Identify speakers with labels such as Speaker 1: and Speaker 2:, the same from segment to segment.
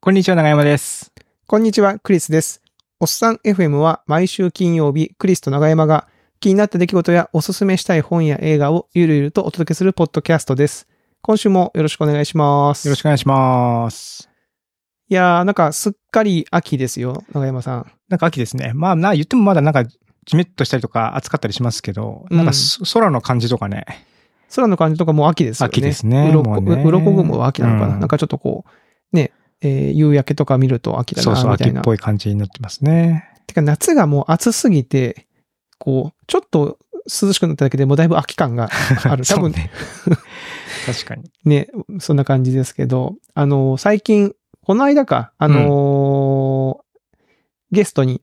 Speaker 1: こんにちは、長山です。
Speaker 2: こんにちは、クリスです。おっさん FM は毎週金曜日、クリスと長山が気になった出来事やおすすめしたい本や映画をゆるゆるとお届けするポッドキャストです。今週もよろしくお願いします。
Speaker 1: よろしくお願いします。
Speaker 2: いやー、なんかすっかり秋ですよ、長山さん。
Speaker 1: なんか秋ですね。まあ、な、言ってもまだなんか、じめっとしたりとか、暑かったりしますけど、
Speaker 2: うん
Speaker 1: なんかそ、空の感じとかね。
Speaker 2: 空の感じとかもう秋ですよね。
Speaker 1: 秋ですね
Speaker 2: うろ
Speaker 1: も
Speaker 2: こ、
Speaker 1: うね
Speaker 2: ううろこ雲は秋なのかな、
Speaker 1: うん
Speaker 2: なんかちょっとこう、ね、えー夕焼けとか見ると秋だな、
Speaker 1: そう
Speaker 2: みたい
Speaker 1: そう、
Speaker 2: な。
Speaker 1: 秋っぽい感じになってますね。
Speaker 2: てか夏がもう暑すぎて、こう、ちょっと涼しくなっただけでもうだいぶ秋感が ある。多
Speaker 1: そう
Speaker 2: 分
Speaker 1: ね。確かに。
Speaker 2: ね、そんな感じですけど、あの、最近、この間か、あのーゲストに、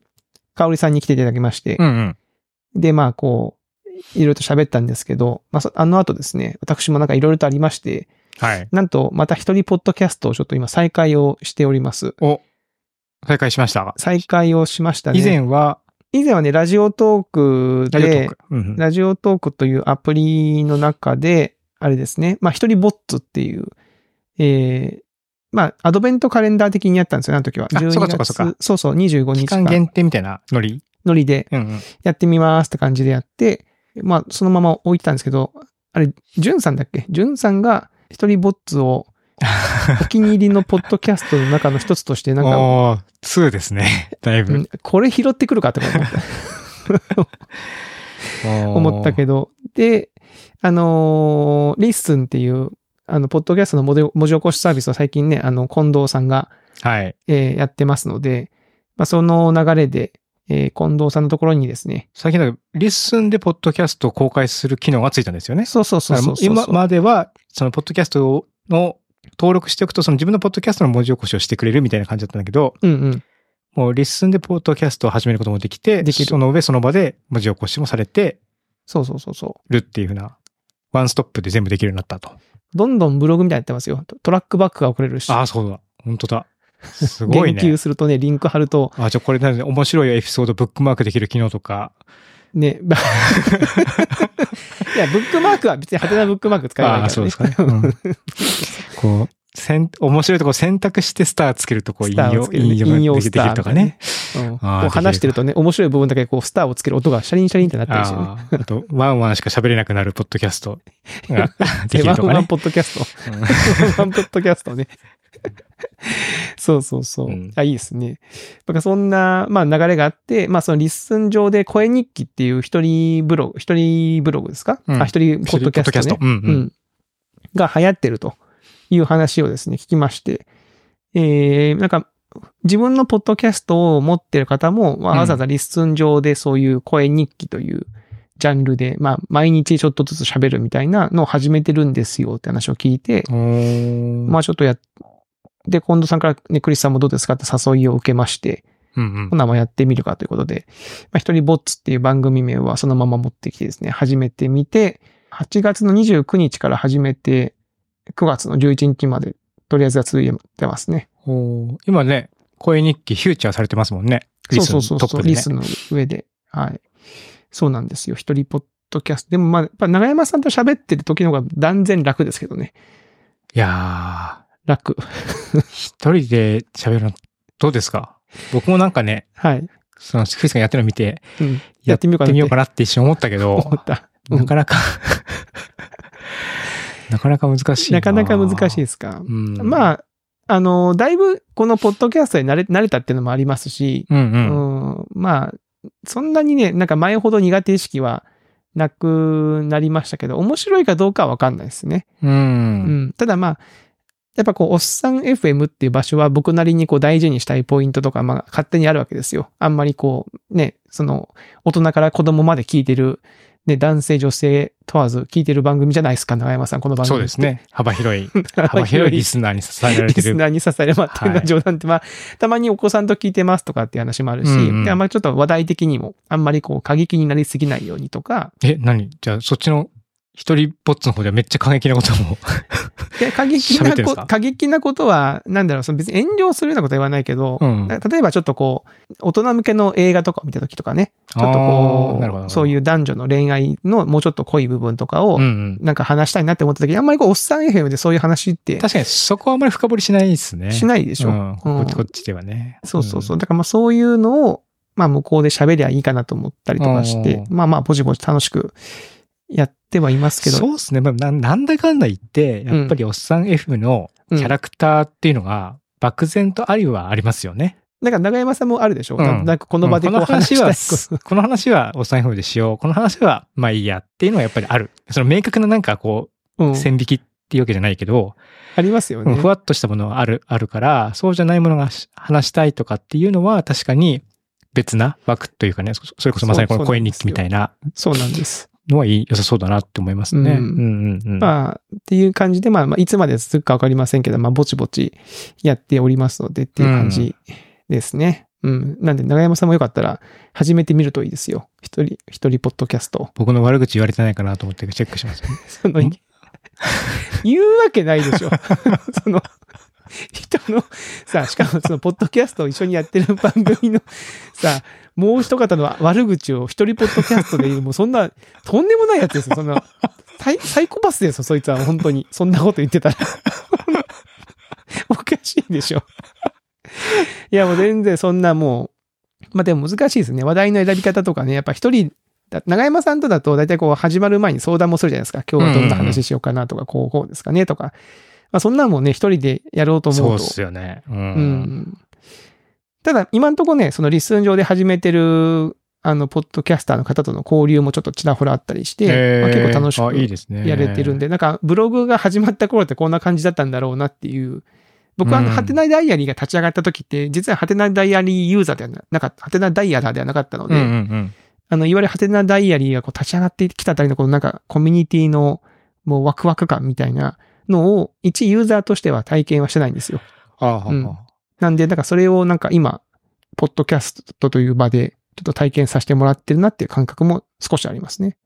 Speaker 2: かおりさんに来ていただきまして
Speaker 1: う、んうん。
Speaker 2: で、まあ、こう、いろいろと喋ったんですけど、まあそ、あの後ですね、私もなんかいろいろとありまして、
Speaker 1: はい。
Speaker 2: なんと、また一人ポッドキャストをちょっと今再開をしております。
Speaker 1: お、再開しました。
Speaker 2: 再開をしましたね。
Speaker 1: 以前は、
Speaker 2: 以前はね、ラジオトーク
Speaker 1: ラジオトー
Speaker 2: で
Speaker 1: ク、。うんうん
Speaker 2: ラジオトークというアプリの中で、あれですね、まあ、一人ぼっつっていう、えーまあ、アドベントカレンダー的にやったんですよ、あの時は。
Speaker 1: あそうかそうか
Speaker 2: 月
Speaker 1: そうか
Speaker 2: そうそう、25
Speaker 1: 期
Speaker 2: 日
Speaker 1: 間
Speaker 2: 間
Speaker 1: 限定みたいなノリ。
Speaker 2: のりで
Speaker 1: うんうん。
Speaker 2: やってみますって感じでやって、まあ、そのまま置いてたんですけど、あれ、じゅんさんだっけじゅんさんが一人ぼっつを お気に入りのポッドキャストの中の一つとして、なんか、
Speaker 1: おー、2ですね。 だいうぶ。
Speaker 2: んこれ拾ってくるかって思った。思った
Speaker 1: ど。
Speaker 2: けど。で、あのーリッスンっていう、あの、ポッドキャストの文字文字起こしサービスを最近ね、あの、近藤さんが、
Speaker 1: はい。
Speaker 2: えーやってますので、まあ、その流れで、えー近藤さんのところにですね、
Speaker 1: 最近だと、リッスンでポッドキャストを公開する機能がついたんですよね。
Speaker 2: そうそうそうそうそう
Speaker 1: だから今までは、その、ポッドキャストの登録しておくと、その自分のポッドキャストの文字起こしをしてくれるみたいな感じだったんだけど、
Speaker 2: うんうん。
Speaker 1: もうリッスンでポッドキャストを始めることもできて、
Speaker 2: できる
Speaker 1: その上その場で文字起こしもされて
Speaker 2: そうそうそうそ
Speaker 1: るっていうふうな、ワンストップで全部できるようになったと。
Speaker 2: う。どんどんブログみたいになってますよ。トトラックバックが送れるし。
Speaker 1: ああ、そうだ。本当だ。すごい
Speaker 2: 言及
Speaker 1: ね。
Speaker 2: するとね、リンク貼ると、
Speaker 1: あ、じゃあこれなんで面白いエピソードブックマークできる機能とか。
Speaker 2: ね、 ばいや、ブックマークは別にハテナブックマーク使えな
Speaker 1: あ
Speaker 2: いから、ね。
Speaker 1: あ、そうですかね。うんこう、せん、面白いとこ選択してスターつけるとこう引
Speaker 2: スターを
Speaker 1: 用、
Speaker 2: つけるね
Speaker 1: 引用が
Speaker 2: 引用
Speaker 1: でき
Speaker 2: ス
Speaker 1: で
Speaker 2: タ
Speaker 1: き
Speaker 2: ー
Speaker 1: るとかね。
Speaker 2: うんこ
Speaker 1: あー
Speaker 2: う話してるとね、面白い部分だけこうスターをつける音がシャリンシャリンってなってるんですよね。
Speaker 1: あーあと、ワンワンしか喋れなくなるポッドキャスト ができる
Speaker 2: ワン
Speaker 1: とか
Speaker 2: ワン
Speaker 1: ね。
Speaker 2: ポッドキャスト。 ワンポッドキャストね。そうそうそう。
Speaker 1: うん
Speaker 2: あ、いいですね。だからそんな、まあ流れがあって、まあそのリッスン上で声日記っていう一人ブログ、一人ブログですか、
Speaker 1: うん
Speaker 2: あ、一人
Speaker 1: うん
Speaker 2: ポッドキャスト、
Speaker 1: ポッド
Speaker 2: ね。
Speaker 1: キャストうん
Speaker 2: う
Speaker 1: うん
Speaker 2: ん。が流行ってるという話をですね、聞きまして、えー、なんか、自分のポッドキャストを持ってる方も、まあ
Speaker 1: うん
Speaker 2: わざわざリッスン上でそういう声日記というジャンルで、まあ、毎日ちょっとずつ喋るみたいなのを始めてるんですよって話を聞いて、
Speaker 1: おー
Speaker 2: まあ、ちょっとやっ、で、近藤さんからね、クリスさんもどうですかって誘いを受けまして、
Speaker 1: うんうん
Speaker 2: こんなもんやってみるかということで、まあ、一人ぼっつっていう番組名はそのまま持ってきてですね、始めてみて、8月の29日から始めて、9月の11日まで、とりあえずは続いてますね。
Speaker 1: おー今ね、声日記フューチャーされてますもんね。
Speaker 2: そうそうそうそう、リ
Speaker 1: リ
Speaker 2: ス
Speaker 1: スン
Speaker 2: の上で。はい。そうなんですよ。一人ポッドキャスト。でもまあ、やっぱ長山さんと喋ってる時の方が断然楽ですけどね。
Speaker 1: いや
Speaker 2: 楽。
Speaker 1: ー、一人で喋るのどうですか僕もなんかね、
Speaker 2: はい。
Speaker 1: その、クリスがやってるの見て、
Speaker 2: うん。やってみようか
Speaker 1: やって
Speaker 2: なっ
Speaker 1: てみようかなって一瞬思ったけど
Speaker 2: 思、った。 うん
Speaker 1: なかな か、なかなか難しい
Speaker 2: なかなか難しい
Speaker 1: い。
Speaker 2: ですか。
Speaker 1: あ、
Speaker 2: まあ、あの、だいぶこのポッドキャストに慣れ慣れたっていうのもありますし、
Speaker 1: うんう。
Speaker 2: うんん、まあ、そんなにね、なんか前ほど苦手意識はなくなりましたけど、面白いかどうかはわかんないですね。
Speaker 1: う。
Speaker 2: うんん。ただまあ、やっぱこう、おっさん FM っていう場所は僕なりにこう大事にしたいポイントとか、まあ勝手にあるわけですよ。あんまりこう、ね、その、大人から子供まで聞いてる、ね、男性女性問わず聞いてる番組じゃないですか、長山さん、この番組。
Speaker 1: そうです。ね。幅広い、幅
Speaker 2: 幅
Speaker 1: 広
Speaker 2: 広
Speaker 1: い
Speaker 2: い
Speaker 1: リスナーに支えられて
Speaker 2: リス
Speaker 1: る。
Speaker 2: ナーに支えればっていうのは
Speaker 1: はい
Speaker 2: 冗談って、まあ、たまにお子さんと聞いてますとかっていう話もあるし、
Speaker 1: うんうん
Speaker 2: であんまりちょ っと話題的にも、あんまりこう、過激になりすぎないようにとか、
Speaker 1: え、何じゃあ、そっちの一人ぼっちの方ではめっちゃ過激なことも。
Speaker 2: で、過激
Speaker 1: 喋っ
Speaker 2: な
Speaker 1: てるんです
Speaker 2: こ
Speaker 1: か
Speaker 2: 過激なことは、なんだろう、その別に遠慮 するようなことは言わないけど、
Speaker 1: うん。
Speaker 2: 例えばちょっとこう、大人向けの映画とかを見た時とかね、ちょっと
Speaker 1: あーなるほ
Speaker 2: こ
Speaker 1: ど
Speaker 2: う、そういう男女の恋愛のもうちょっと濃い部分とか
Speaker 1: う
Speaker 2: を
Speaker 1: ん、うん。
Speaker 2: なんか話したいなって思った時に、あんまりこう、おっさん FM でそういう話って
Speaker 1: 確かにそこはあまり深掘りしないですね。
Speaker 2: しないでしょ。
Speaker 1: うんこ
Speaker 2: う
Speaker 1: っ
Speaker 2: ん
Speaker 1: ちこっちではね。
Speaker 2: そうそうそう。
Speaker 1: ん。
Speaker 2: だからまあそういうのを、まあ向こうで喋りゃいいかなと思ったりとかして、
Speaker 1: う
Speaker 2: まあまあぼちぼち楽しくやってはいますけど。
Speaker 1: そうですね。まあ、ななんだかんだ言って、やっぱりおっさん F のキ
Speaker 2: うん
Speaker 1: ャラクターっていうのが、漠然とありはありますよね。
Speaker 2: だから長山さんもあるでしょ、
Speaker 1: うん
Speaker 2: なんとなくこの場で
Speaker 1: うん
Speaker 2: こう
Speaker 1: この
Speaker 2: 話
Speaker 1: 話
Speaker 2: したい
Speaker 1: は
Speaker 2: こと。、
Speaker 1: この話はおっさん F でしよう。この話は、まあいいやっていうのはやっぱりある。その明確ななんかこ
Speaker 2: うん
Speaker 1: う、線引きっていうわけじゃないけど、
Speaker 2: ありますよ
Speaker 1: うん
Speaker 2: ね。
Speaker 1: ふわっとしたものはある、あるから、そうじゃないものがし話したいとかっていうのは確かに別な枠というかね、そそれこそまさにこ
Speaker 2: そ
Speaker 1: の
Speaker 2: うそう
Speaker 1: 声
Speaker 2: なんで
Speaker 1: 日
Speaker 2: すよ
Speaker 1: 記みたいな
Speaker 2: そうなんです。
Speaker 1: のはいい良さそうだなって思いますね。
Speaker 2: う
Speaker 1: うんんうんうん。
Speaker 2: まあ、っていう感じで、まあ、まあ、いつまで続くかわかりませんけど、まあ、ぼちぼちやっておりますのでっていう感じですね。うん。なんで、長山さんもよかったら、始めてみるといいですよ。一人、一人ポッドキャストを。
Speaker 1: 僕の悪口言われてないかなと思ってチェックします。
Speaker 2: その
Speaker 1: ん、
Speaker 2: 言うわけないでしょ。その、人の、さ、しかもその、ポッドキャストを一緒にやってる番組の、さ、もう一方の悪口を一人ポッドキャストで言う、もうそんな、とんでもないやつですよ。そんな、サイサイコパスですよ、そいつは。本当に。そんなこと言ってたら。 おかしいでしょ。いや、もう全然そんなもう、まあでも難しいですね。話題の選び方とかね、やっぱ一人だ長山さんとだと、大体こう、始まる前に相談もするじゃないですか。今日はどんな話しようかなとか、こう、こうですかねとか。まあ、そんなのもね、一人でやろうと
Speaker 1: そう
Speaker 2: 思う
Speaker 1: っ
Speaker 2: と。
Speaker 1: すよね。う。
Speaker 2: うんん。ただ、今んとこね、そのリスン上で始めてる、あの、ポッドキャスターの方との交流もちょっとちらほらあったりして、
Speaker 1: えー
Speaker 2: まあ、結構楽し
Speaker 1: あいい
Speaker 2: く
Speaker 1: ですね。
Speaker 2: やれてるんで、なんか、ブログが始まった頃ってこんな感じだったんだろうなっていう。僕はあの、
Speaker 1: うん
Speaker 2: ハテナダイアリーが立ち上がった時って、実はハテナダイアリーユーザーではなかった、ハテナダイアラーではなかったの
Speaker 1: うん
Speaker 2: で、
Speaker 1: うんうん。
Speaker 2: あの、いわゆるハテナダイアリーがこう立ち上がってきたあたりのこのなんかコミュニティのもうワクワク感みたいなのを一ユーザーとしては体験はしてないんですよ。
Speaker 1: ああ、は
Speaker 2: うん
Speaker 1: あは
Speaker 2: なんで、なんかそれをなんか今、ポッドキャストという場でちょっと体験させてもらってるなっていう感覚も少しありますね。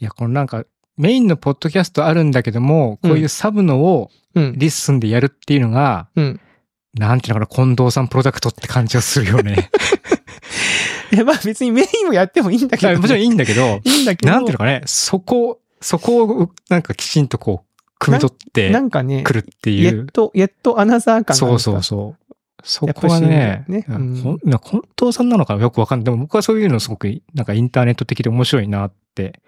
Speaker 1: いや、このなんか、メインのポッドキャストあるんだけども、こういうサブのを
Speaker 2: うん。
Speaker 1: リッスンでやるっていうのが、
Speaker 2: うん。
Speaker 1: なんていうのかな、近藤さんプロダクトって感じがするよね。
Speaker 2: いや、まあ別にメインもやってもいいん だ
Speaker 1: い
Speaker 2: けど、
Speaker 1: やもちろんいいんだけど、
Speaker 2: いいんだけど。
Speaker 1: なんていうのかね、そこ、そこを、なんかきちんとこう、汲み取って
Speaker 2: なんかね、
Speaker 1: くるってい
Speaker 2: やっ
Speaker 1: う。
Speaker 2: と、やっとアナザー感があ
Speaker 1: そ
Speaker 2: る
Speaker 1: うそう
Speaker 2: そ
Speaker 1: そう。そこはね、
Speaker 2: やっぱり
Speaker 1: う
Speaker 2: そうなんだよね
Speaker 1: んこんな近藤さんなのかよくわかんない。でも僕はそういうのすごく、なんかインターネット的で面白いなって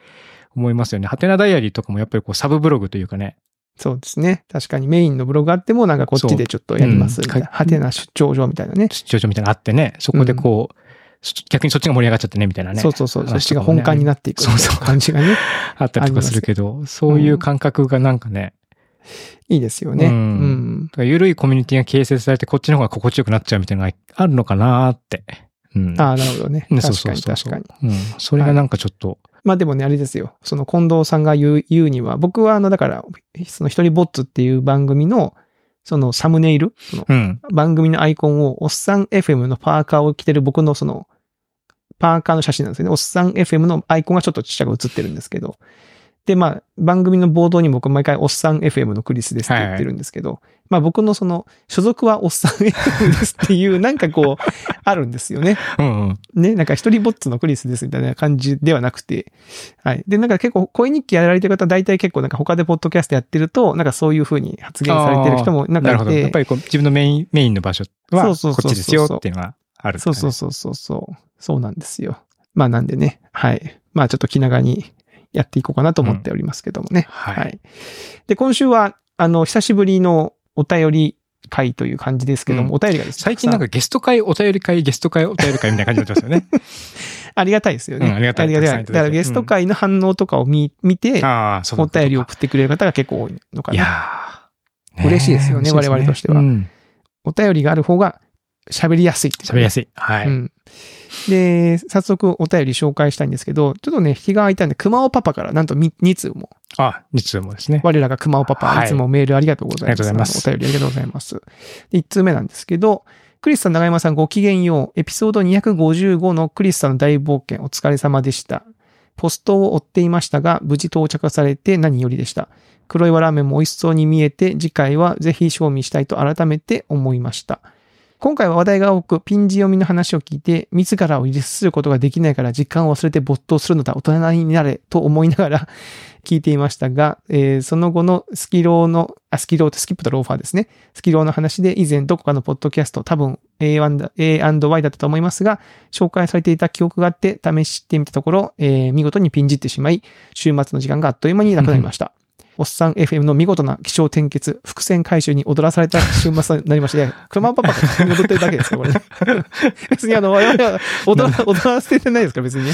Speaker 1: 思いますよね。ハテナダイアリーとかもやっぱりこう、サブブログというかね、
Speaker 2: そうですね。確かにメインのブログあっても、なんかこっちでちょっとやりますみたいな。
Speaker 1: そううん
Speaker 2: ハテナ出張所みたいなね。
Speaker 1: 出張所みたいなのあってね、そこでこう、そ逆にそっちが盛り上がっちゃってね、みたいなね。
Speaker 2: そうそうそう。そっ
Speaker 1: 話
Speaker 2: ち
Speaker 1: と
Speaker 2: が
Speaker 1: かも
Speaker 2: 本
Speaker 1: ね
Speaker 2: 館になっていくみたいな
Speaker 1: そうそう
Speaker 2: 感じがね、
Speaker 1: あったりとかするけど、そういう感覚がなんかね、
Speaker 2: いいですよね。う
Speaker 1: うん
Speaker 2: ん。
Speaker 1: 緩いコミュニティが形成されて、こっちの方が心地よくなっちゃうみたいなのがあるのかなーって。うん。
Speaker 2: ああ、なるほどね。
Speaker 1: うん、
Speaker 2: 確かに確かに。
Speaker 1: に。うん。それがなんかちょっと、
Speaker 2: まあでもね、あれですよ。その近藤さんが言う言うには、僕はあの、だから、その一人ぼっつっていう番組の、そのサムネイル、その
Speaker 1: うん。
Speaker 2: 番組のアイコンを、おっさん FM のパーカーを着てる僕のその、パーカーの写真なんですよね。おっさん FM のアイコンがちょっとちっちゃく写ってるんですけど。で、まあ、番組の冒頭に僕毎回おっさん FM のクリスですって言ってるんですけど、まあ僕のその、所属はおっさん FM ですっていう、なんかこう、 あるんですよね。
Speaker 1: うんうん。
Speaker 2: ね、なんか一人ぼっつのクリスですみたいな感じではなくて、はい。で、なんか結構声日記やられてる方は大体結構なんか他でポッドキャストやってると、なんかそういう風に発言されてる人もなんか
Speaker 1: ないるほ
Speaker 2: て、
Speaker 1: ど。やっぱりこう、自分のメイン、メインの場所は、
Speaker 2: そ
Speaker 1: こ
Speaker 2: う
Speaker 1: っ
Speaker 2: そうそうそう
Speaker 1: ちですよっていうのがある、
Speaker 2: そうそう。そうそうそう。そうなんですよ。まあなんでね、はい。まあちょっと気長にやっていこうかなと思っておりますけどもね。
Speaker 1: は。
Speaker 2: はいい。で、今週は、あの、久しぶりのお便り会という感じですけども、
Speaker 1: うん
Speaker 2: お便りがですね。
Speaker 1: 最近なんか
Speaker 2: たく
Speaker 1: ゲスト会、お便り会、ゲスト会、お便り会みたいな感じになってます よね。
Speaker 2: さんありがたいですよね。
Speaker 1: うんありがたい
Speaker 2: ありがた
Speaker 1: たく
Speaker 2: い。
Speaker 1: さんいただいて
Speaker 2: だからゲスト会の反応とかを見見て、
Speaker 1: ああ、そう
Speaker 2: お便りを
Speaker 1: を
Speaker 2: 送ってくれる方が結構多いのか
Speaker 1: い
Speaker 2: な。
Speaker 1: やー
Speaker 2: 嬉しいですよね
Speaker 1: 嬉しい
Speaker 2: 我々としては
Speaker 1: うん
Speaker 2: お便りがある方が喋りやすいっていうか
Speaker 1: 喋りやすい。は
Speaker 2: う
Speaker 1: い。
Speaker 2: ん。で、早速お便り紹介したいんですけど、ちょっとね、日が空いたんで、熊尾パパからなんと2通も、
Speaker 1: あ、日通もですね。
Speaker 2: 我らが熊尾パパ、
Speaker 1: はい
Speaker 2: いつもメールありがとうござ
Speaker 1: あ
Speaker 2: います。
Speaker 1: りがとうございます
Speaker 2: お便りありがとうございます。で1通目なんですけど、クリスさん、長山さん、ごきげんよう。エピソード255のクリスさんの大冒険、お疲れ様でした。ポストを追っていましたが、無事到着されて何よりでした。黒岩ラーメンも美味しそうに見えて、次回はぜひ賞味したいと改めて思いました。今回は話題が多く、ピンジ読みの話を聞いて、自らを律することができないから時間を忘れて没頭するのだ、大人になれ、と思いながら聞いていましたが、えーその後のスキローの、あ、スキローってスキップとローファーですね。スキローの話で以前どこかのポッドキャスト、多分 A1 だ A&Y だったと思いますが、紹介されていた記憶があって試してみたところ、えー見事にピンじってしまい、週末の時間があっという間になくなりました。おっさん FM の見事な気象転結、伏線回収に踊らされた週末になりましたね。車パパが踊ってるだけですよ、こ れね。別にあの、我々は踊ら踊らせてないですから、別にね。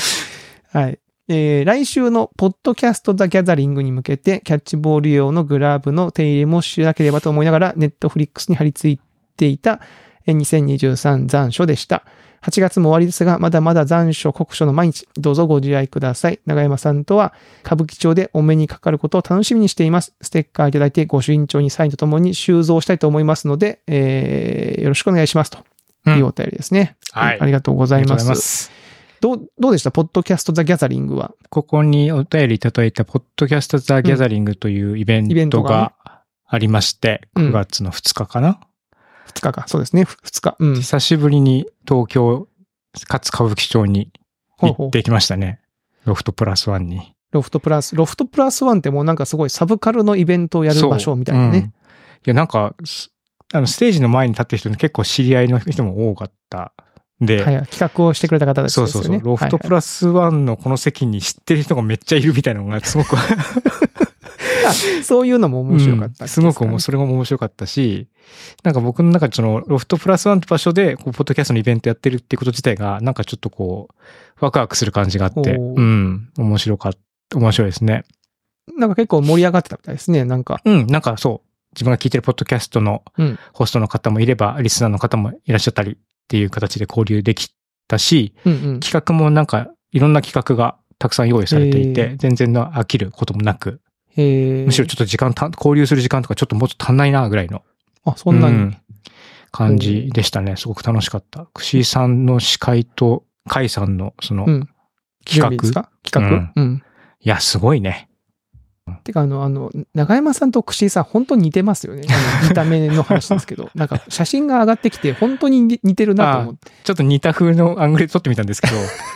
Speaker 2: はい。えー来週のポッドキャストザギャザリングに向けて、キャッチボール用のグラブの手入れもしなければと思いながら、ネットフリックスに張り付いていたえー2023残暑でした。8月も終わりですが、まだまだ残暑、酷暑の毎日、どうぞご自愛ください。長山さんとは、歌舞伎町でお目にかかることを楽しみにしています。ステッカーいただいて、ご慎重にサインとともに収蔵したいと思いますので、えーよろしくお願いします。と
Speaker 1: うん
Speaker 2: いうお便りですね。
Speaker 1: はい
Speaker 2: ありがとうござい
Speaker 1: ありがとう
Speaker 2: ま
Speaker 1: ご
Speaker 2: す。
Speaker 1: ざいます。
Speaker 2: どう、どうでしたポッドキャストザ・ギャザリングは。
Speaker 1: ここにお便りいただいた、ポッドキャストザ・ギャザリングというイベ
Speaker 2: イベ
Speaker 1: ン
Speaker 2: ント
Speaker 1: ト
Speaker 2: が
Speaker 1: がありまして、
Speaker 2: うん
Speaker 1: 9月の2日かな、
Speaker 2: 2日か。そうですね。ふ2日。うん。
Speaker 1: 久しぶりに東京、かつ歌舞伎町に
Speaker 2: ほうほ
Speaker 1: 行
Speaker 2: う
Speaker 1: ってきましたね。ロフトプラスワンに。
Speaker 2: ロフトプラス。ロフトプラスワンってもうなんかすごいサブカルのイベントをやる場所みたいな
Speaker 1: そううん
Speaker 2: ね。
Speaker 1: いや、なんか、すあの、ステージの前に立ってる人に結構知り合いの人も多かったんで、
Speaker 2: はい。企画をしてくれた方たち
Speaker 1: そう
Speaker 2: です
Speaker 1: そ
Speaker 2: よ
Speaker 1: う
Speaker 2: ね。
Speaker 1: そう、ロフトプラスワンのこの席に知ってる人がめっちゃいるみたいなのが、すごく、
Speaker 2: はいはい そういうのも面白かっ
Speaker 1: う
Speaker 2: た、
Speaker 1: んすごく面それも面白かったし、なんか僕の中でその、ロフトプラスワンって場所で、こう、ポッドキャストのイベントやってるっていうこと自体が、なんかちょっとこう、ワクワクする感じがあって、
Speaker 2: おー
Speaker 1: うん、面白かった、面白いですね。
Speaker 2: なんか結構盛り上がってたみたいですね。なんか。
Speaker 1: うん、なんかそう、自分が聞いてるポッドキャストの
Speaker 2: うん
Speaker 1: ホストの方もいれば、リスナーの方もいらっしゃったりっていう形で交流できたし、
Speaker 2: うんうん。
Speaker 1: 企画もなんかいろんな企画がたくさん用意されてい
Speaker 2: へ
Speaker 1: て、
Speaker 2: ー
Speaker 1: 全然の飽きることもなく、
Speaker 2: へえ。
Speaker 1: むしろちょっと時間た、交流する時間とかちょっともっと足んないなぐらいの、
Speaker 2: あ、そんなに。
Speaker 1: うん感じでしたね。すごく楽しかった。串井さんの司会と、甲斐さんのその
Speaker 2: うん
Speaker 1: 企画、
Speaker 2: 準備ですか企画、うん、
Speaker 1: いや、すごいね。
Speaker 2: てか、あの、あの、長山さんと串井さん、本当に似てますよね。あの見た目の話ですけど。なんか、写真が上がってきて、本当に似似てるなと思って。
Speaker 1: ちょっと似た風のアングルで撮ってみたんです けど、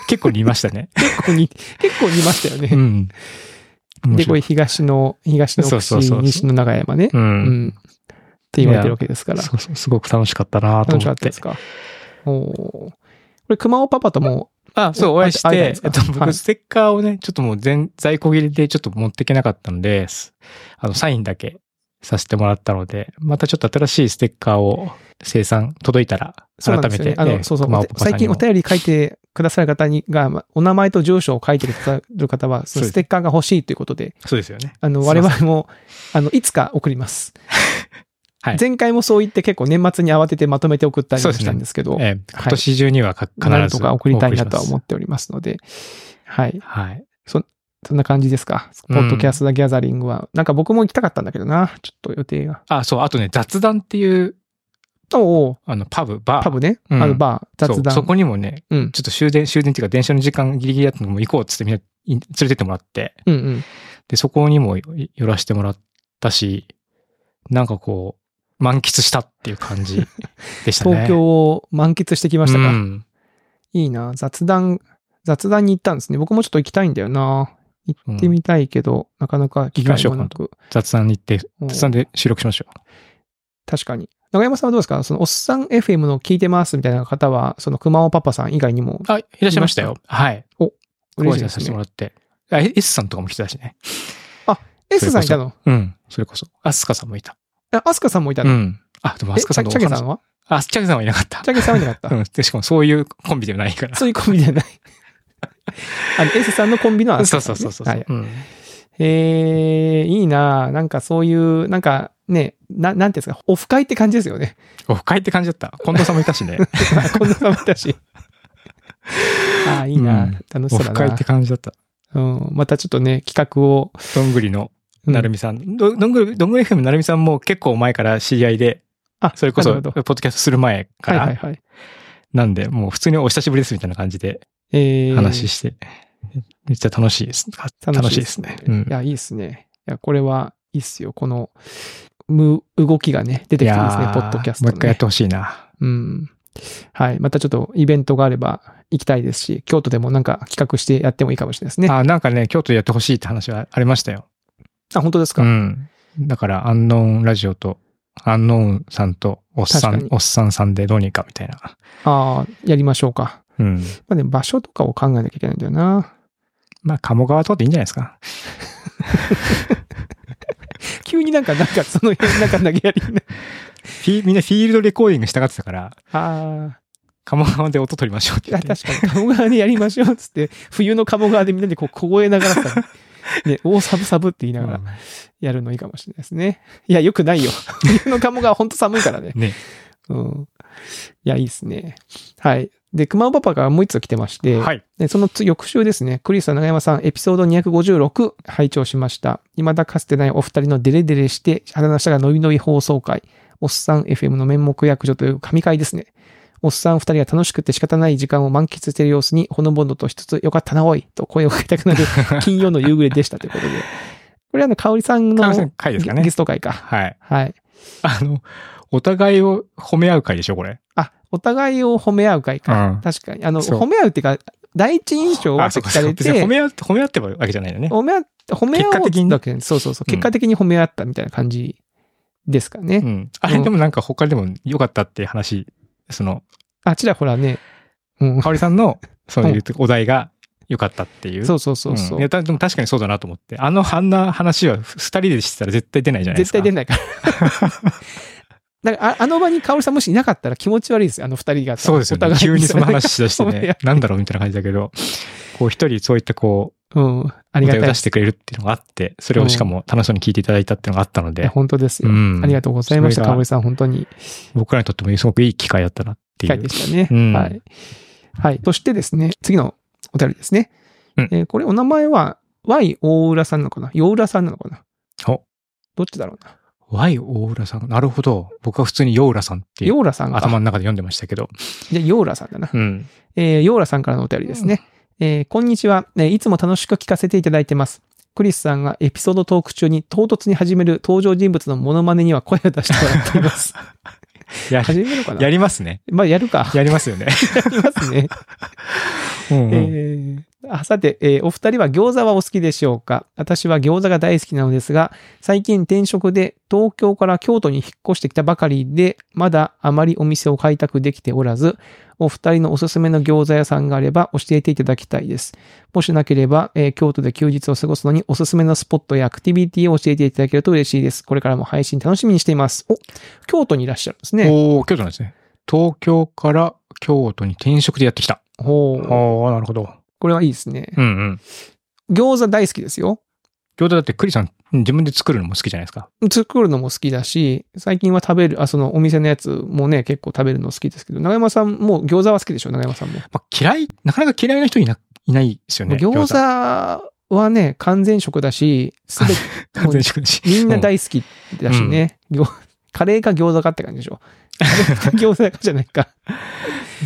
Speaker 1: 結構似ましたね。
Speaker 2: 結構似、結構似ましたよね。
Speaker 1: うん。
Speaker 2: で、これ東の、東の
Speaker 1: そうそう
Speaker 2: 串
Speaker 1: そうそ
Speaker 2: 井、
Speaker 1: う
Speaker 2: 西の長山ね。
Speaker 1: う。
Speaker 2: うんん。って言われてるわけですから。
Speaker 1: そうそうすごく楽しかったなと
Speaker 2: 楽しか
Speaker 1: 思
Speaker 2: っ
Speaker 1: った
Speaker 2: で
Speaker 1: て
Speaker 2: す。か。おおー。これ、熊尾パパとも、
Speaker 1: あ、そう、お会いし
Speaker 2: あ会え
Speaker 1: て、え
Speaker 2: たん
Speaker 1: っ
Speaker 2: です
Speaker 1: と
Speaker 2: か、は
Speaker 1: 僕、
Speaker 2: い
Speaker 1: ステッカーをね、ちょっともう全在庫切れでちょっと持っていけなかったのです、あの、サインだけさせてもらったので、またちょっと新しいステッカーを生産届いたら、
Speaker 2: そう
Speaker 1: 改
Speaker 2: なんで
Speaker 1: め
Speaker 2: すよね
Speaker 1: て。
Speaker 2: あ
Speaker 1: え
Speaker 2: の、
Speaker 1: え
Speaker 2: そうそう
Speaker 1: 熊尾。パパさん
Speaker 2: 最
Speaker 1: に
Speaker 2: 近お
Speaker 1: も
Speaker 2: 便り書いてくださる方にが、まあお名前と住所を書いてくださる方は、そのステッカーが欲しいということで、
Speaker 1: そうですよね。
Speaker 2: あの、
Speaker 1: すい
Speaker 2: 我
Speaker 1: ません
Speaker 2: 々も、あの、いつか送ります。
Speaker 1: はい
Speaker 2: 前回もそう言って結構年末に慌ててまとめて送ったりもしたんですけど、
Speaker 1: ええ今年中にはか必ず、
Speaker 2: なんとか送りたいなとは思っておりますので、はい。
Speaker 1: はい。
Speaker 2: そんな感じですか。ポ
Speaker 1: うん
Speaker 2: ッドキャスト・ザ・ギャザリングは。なんか僕も行きたかったんだけどな。ちょっと予定が。
Speaker 1: あ、そう、あとね、雑談っていう、
Speaker 2: おうおう
Speaker 1: あの、パブ、バー。
Speaker 2: パブね。
Speaker 1: うん
Speaker 2: あの、バー、
Speaker 1: そう
Speaker 2: 雑談。
Speaker 1: そこにもね、
Speaker 2: うん。
Speaker 1: ちょっと終電、終電っていうか電車の時間ギリギリだったのでもう行こうっつってみんな連れてってもらって、
Speaker 2: うんうん。
Speaker 1: で、そこにも寄寄らせてもらったし、なんかこう、満喫したっていう感じでしたね。
Speaker 2: 東京を満喫してきましたか。
Speaker 1: うん
Speaker 2: いいな。雑談、雑談に行ったんですね。僕もちょっと行きたいんだよな。行ってみたいけど、なかなか機会もなく。
Speaker 1: 雑談に行って、
Speaker 2: うん
Speaker 1: 雑談で収録しましょ
Speaker 2: 確かに。長山さんはどうですかその、おっさん FM の聞いてますみたいな方は、その、熊尾パパさん以外にも
Speaker 1: う。あ、いらっしゃいましたよ。はい。ご挨
Speaker 2: 嬉しいで
Speaker 1: 拶させ
Speaker 2: す
Speaker 1: ても
Speaker 2: ね。
Speaker 1: らって。あ、え S さんとかも来てたしね。それ
Speaker 2: S
Speaker 1: こそ
Speaker 2: さんいたの
Speaker 1: うん。それこそ。アスカさんもいた。
Speaker 2: あアスカさんもいた
Speaker 1: う
Speaker 2: の、
Speaker 1: ん。あ、でもア
Speaker 2: え
Speaker 1: スカさんのお
Speaker 2: チャチャゲさ
Speaker 1: 話
Speaker 2: ん。は
Speaker 1: あ、チャゲさんはいなかった
Speaker 2: チ。ャゲさんはいなかった。
Speaker 1: うん。で、しかもそういうコンビではないから。
Speaker 2: そういうコンビではない。あの、S さんのコンビのアス
Speaker 1: そ
Speaker 2: カ
Speaker 1: う
Speaker 2: さ
Speaker 1: そ
Speaker 2: ん
Speaker 1: う
Speaker 2: ね、
Speaker 1: そうそう。
Speaker 2: はい
Speaker 1: うん
Speaker 2: えー、いいなあなんかそういう、なんかね、ななんていうんですか、オフ会って感じですよね。
Speaker 1: オフ会って感じだった。近藤さんもいたしね。
Speaker 2: こんな感じ だし。ああ、いいなあ、
Speaker 1: うん
Speaker 2: 楽し
Speaker 1: オ
Speaker 2: そう
Speaker 1: フ
Speaker 2: だ
Speaker 1: 会
Speaker 2: な
Speaker 1: って、感じだった。
Speaker 2: うん。またちょっとね、企画を。
Speaker 1: どんぐりの
Speaker 2: うん
Speaker 1: なるみさん。ど、どんぐり、どんぐり FM なるみさんも結構前から知り合いで、
Speaker 2: あ、
Speaker 1: それこ
Speaker 2: な
Speaker 1: そ、
Speaker 2: る
Speaker 1: ポ
Speaker 2: ほ
Speaker 1: ッ
Speaker 2: ど
Speaker 1: ドキャストする前か
Speaker 2: はいはい
Speaker 1: ら、
Speaker 2: はい。
Speaker 1: なんで、もう普通にお久しぶりですみたいな感じで
Speaker 2: えー、
Speaker 1: 話して。めっちゃ楽しいです。楽しいですね。うん
Speaker 2: いや、いいですね。いや、これはいいっすよ。この、む、動きがね、出てきてますね、
Speaker 1: いやー
Speaker 2: ポッドキャスト、ね。
Speaker 1: もう一回やってほしいな。
Speaker 2: うん。はい。またちょっとイベントがあれば行きたいですし、京都でもなんか企画してやってもいいかもしれないですね。あ、
Speaker 1: あ、なんかね、京都でやってほしいって話はありましたよ。
Speaker 2: 本当です
Speaker 1: う
Speaker 2: か、
Speaker 1: ん。だから、アンノーンラジオと、アンノーンさんと、おっさ
Speaker 2: 確か
Speaker 1: ん
Speaker 2: に、
Speaker 1: おっさんさんでどうにかみたいな。
Speaker 2: ああ、やりましょうか。
Speaker 1: うん。
Speaker 2: まあでも場所とかを考えなきゃいけないんだよな。
Speaker 1: まあ、鴨川通っていいんじゃないですか。
Speaker 2: 急になんか、なんかその辺なんか投げやりにな
Speaker 1: フィみんなフィールドレコーディングしたがってたから、
Speaker 2: ああ、
Speaker 1: 鴨川で音取りましょうって
Speaker 2: い
Speaker 1: 言
Speaker 2: や
Speaker 1: って。
Speaker 2: 確かに鴨川でやりましょうっつって、冬の鴨川でみんなでこう凍えながら さ、ね、おーサブサブって言いながらやるのいいかもしれないですね。いや、よくないよ。冬の鴨川ほんと寒いからね
Speaker 1: う。んね。
Speaker 2: うん。いや、いいですね。はい。で、熊尾パパがもう一つ来てまして、
Speaker 1: はい。
Speaker 2: でそのつ翌週ですね、クリスさん、長山さん、エピソード256、拝聴しました。未だかつてないお二人のデレデレして、腹の下が伸び伸び放送会、おっさん FM の面目役所という神会ですね。おっさん二人が楽しくて仕方ない時間を満喫している様子に、ほのぼのとしつつ、よかったなおい、と声をかけたく なる金曜の夕暮れでしたということで。これはあの、かおりさん
Speaker 1: 河村
Speaker 2: の
Speaker 1: さん回ですかね
Speaker 2: ゲ。スト会か。
Speaker 1: はい。
Speaker 2: はい。
Speaker 1: あの、お互いを褒め合う会でしょ、これ。
Speaker 2: あ、お互いを褒め合う会か。
Speaker 1: うん
Speaker 2: 確かに。あの、
Speaker 1: そう
Speaker 2: 褒め合うっていうか、第一印象は
Speaker 1: あ、そ
Speaker 2: 聞
Speaker 1: うか、そ
Speaker 2: か
Speaker 1: うか
Speaker 2: れ
Speaker 1: 別に
Speaker 2: て
Speaker 1: 褒、め合う、褒め合ってばわけじゃないよね。
Speaker 2: 褒め合って、褒め合おう
Speaker 1: 結果的に
Speaker 2: だけどそうそうそう。
Speaker 1: うん
Speaker 2: 結果的に褒め合ったみたいな感じですかね。
Speaker 1: うん。あれでもなんか他でも良かったっていう話、その、
Speaker 2: あちらほらね。うん。
Speaker 1: かおりさんの、 そういうお題が良かったっていう。
Speaker 2: そうそうそうそう。
Speaker 1: んいやたでも確かにそうだなと思って。あの、あんな話は二人でしてたら絶対出ないじゃないで
Speaker 2: 絶
Speaker 1: すか。
Speaker 2: 対出ないから。 だからああの場に薫さんもしいなかったら気持ち悪いですよあの二人が。
Speaker 1: そうですよ
Speaker 2: お
Speaker 1: ね。
Speaker 2: 互い
Speaker 1: 急に その話しだして
Speaker 2: そういや
Speaker 1: ね、なんだろうみたいな感じだけど、こう一人そういったこ
Speaker 2: うん。あ
Speaker 1: う、
Speaker 2: り
Speaker 1: お
Speaker 2: が
Speaker 1: 題を
Speaker 2: たいで
Speaker 1: 出
Speaker 2: す。
Speaker 1: してくれるっていうのがあって、それをしかも楽しそうに聞いていただいたっていうのがあったの
Speaker 2: いや
Speaker 1: で、
Speaker 2: 本当ですよ。
Speaker 1: うん
Speaker 2: ありがとうございまし
Speaker 1: そ
Speaker 2: た、
Speaker 1: れが
Speaker 2: 薫さん。本当に。
Speaker 1: 僕らにとってもすごくいい機会だったなって
Speaker 2: 機
Speaker 1: い
Speaker 2: 会
Speaker 1: う
Speaker 2: で。したね。
Speaker 1: うん
Speaker 2: はい。はい。そしてですね、次のお便りですね。
Speaker 1: うん
Speaker 2: えーこれお名前は Y 大浦さんなのかな洋浦さんなのかな
Speaker 1: お
Speaker 2: どっちだろうな
Speaker 1: Y 大浦さん。なるほど。僕は普通にヨーラさんっていう
Speaker 2: 洋浦さんが。
Speaker 1: 頭の中で読んでましたけど。
Speaker 2: じゃあ、ヨーラさんだな。
Speaker 1: うん。
Speaker 2: えー、ヨーラさんからのお便りですね。えーこんにちは、えーいつも楽しく聞かせていただいてます。クリスさんがエピソードトーク中に唐突に始める登場人物のモノマネには声を出してもらって います。
Speaker 1: や
Speaker 2: 始めるかな
Speaker 1: やりますね。
Speaker 2: まあ、やるか。
Speaker 1: やりますよね。
Speaker 2: やりますね。
Speaker 1: うんうん
Speaker 2: えーあさて、えーお二人は餃子はお好きでしょうか私は餃子が大好きなのですが、最近転職で東京から京都に引っ越してきたばかりで、まだあまりお店を開拓できておらず、お二人のおすすめの餃子屋さんがあれば教えていただきたいです。もしなければ、えー京都で休日を過ごすのにおすすめのスポットやアクティビティを教えていただけると嬉しいです。これからも配信楽しみにしています。お、京都にいらっしゃるんですね。
Speaker 1: おー、京都なんですね。東京から京都に転職でやってきた。
Speaker 2: ほ
Speaker 1: あ
Speaker 2: う
Speaker 1: ー、なるほど。
Speaker 2: これはいいですね。
Speaker 1: うんうん。
Speaker 2: 餃子大好きですよ。
Speaker 1: 京都だって栗さん、自分で作るのも好きじゃないですか。
Speaker 2: 作るのも好きだし、最近は食べる、あ、そのお店のやつもね、結構食べるの好きですけど、長山さんも餃子は好きでしょ、長山さんも。
Speaker 1: まあ、嫌い、なかなか嫌いな人いないないですよね。
Speaker 2: 餃子はね、完全食だし、す べて、
Speaker 1: 完全食だし。
Speaker 2: みんな大好きだしね、餃カレーか餃子かって感じでしょ。カレーか餃子かじゃないか。
Speaker 1: うん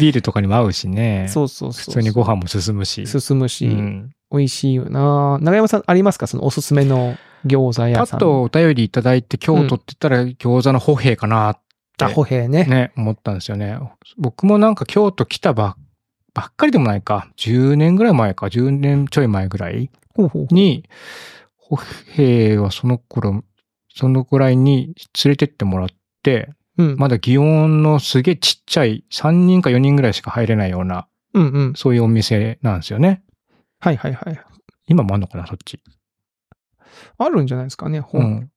Speaker 1: ビールとかにも合うし ね。
Speaker 2: そうそうそう。
Speaker 1: 普通にご飯も進むし。
Speaker 2: 進むし、
Speaker 1: うん
Speaker 2: 美味しいよな長山さんありますかそのおすすめの餃子
Speaker 1: パ
Speaker 2: 屋
Speaker 1: ッ
Speaker 2: さん。
Speaker 1: とお便りいただいて京都って言ったら餃子の歩兵かなっ
Speaker 2: タホヘね。
Speaker 1: ね、思ったんですよね。僕もなんか京都来たばっばっかりでもないか。10年ぐらい前か。10年ちょい前ぐらい
Speaker 2: ほうほう
Speaker 1: に、歩兵はその頃、そのぐらいに連れてってもらって、
Speaker 2: うん。
Speaker 1: まだ祇園のすげえちっちゃい3人か4人ぐらいしか入れないような、
Speaker 2: うんうん。
Speaker 1: そういうお店なんですよね。
Speaker 2: はいはいはい。
Speaker 1: 今もあんのかな、そっち。
Speaker 2: あるんじゃないですかね、ほ
Speaker 1: うんん。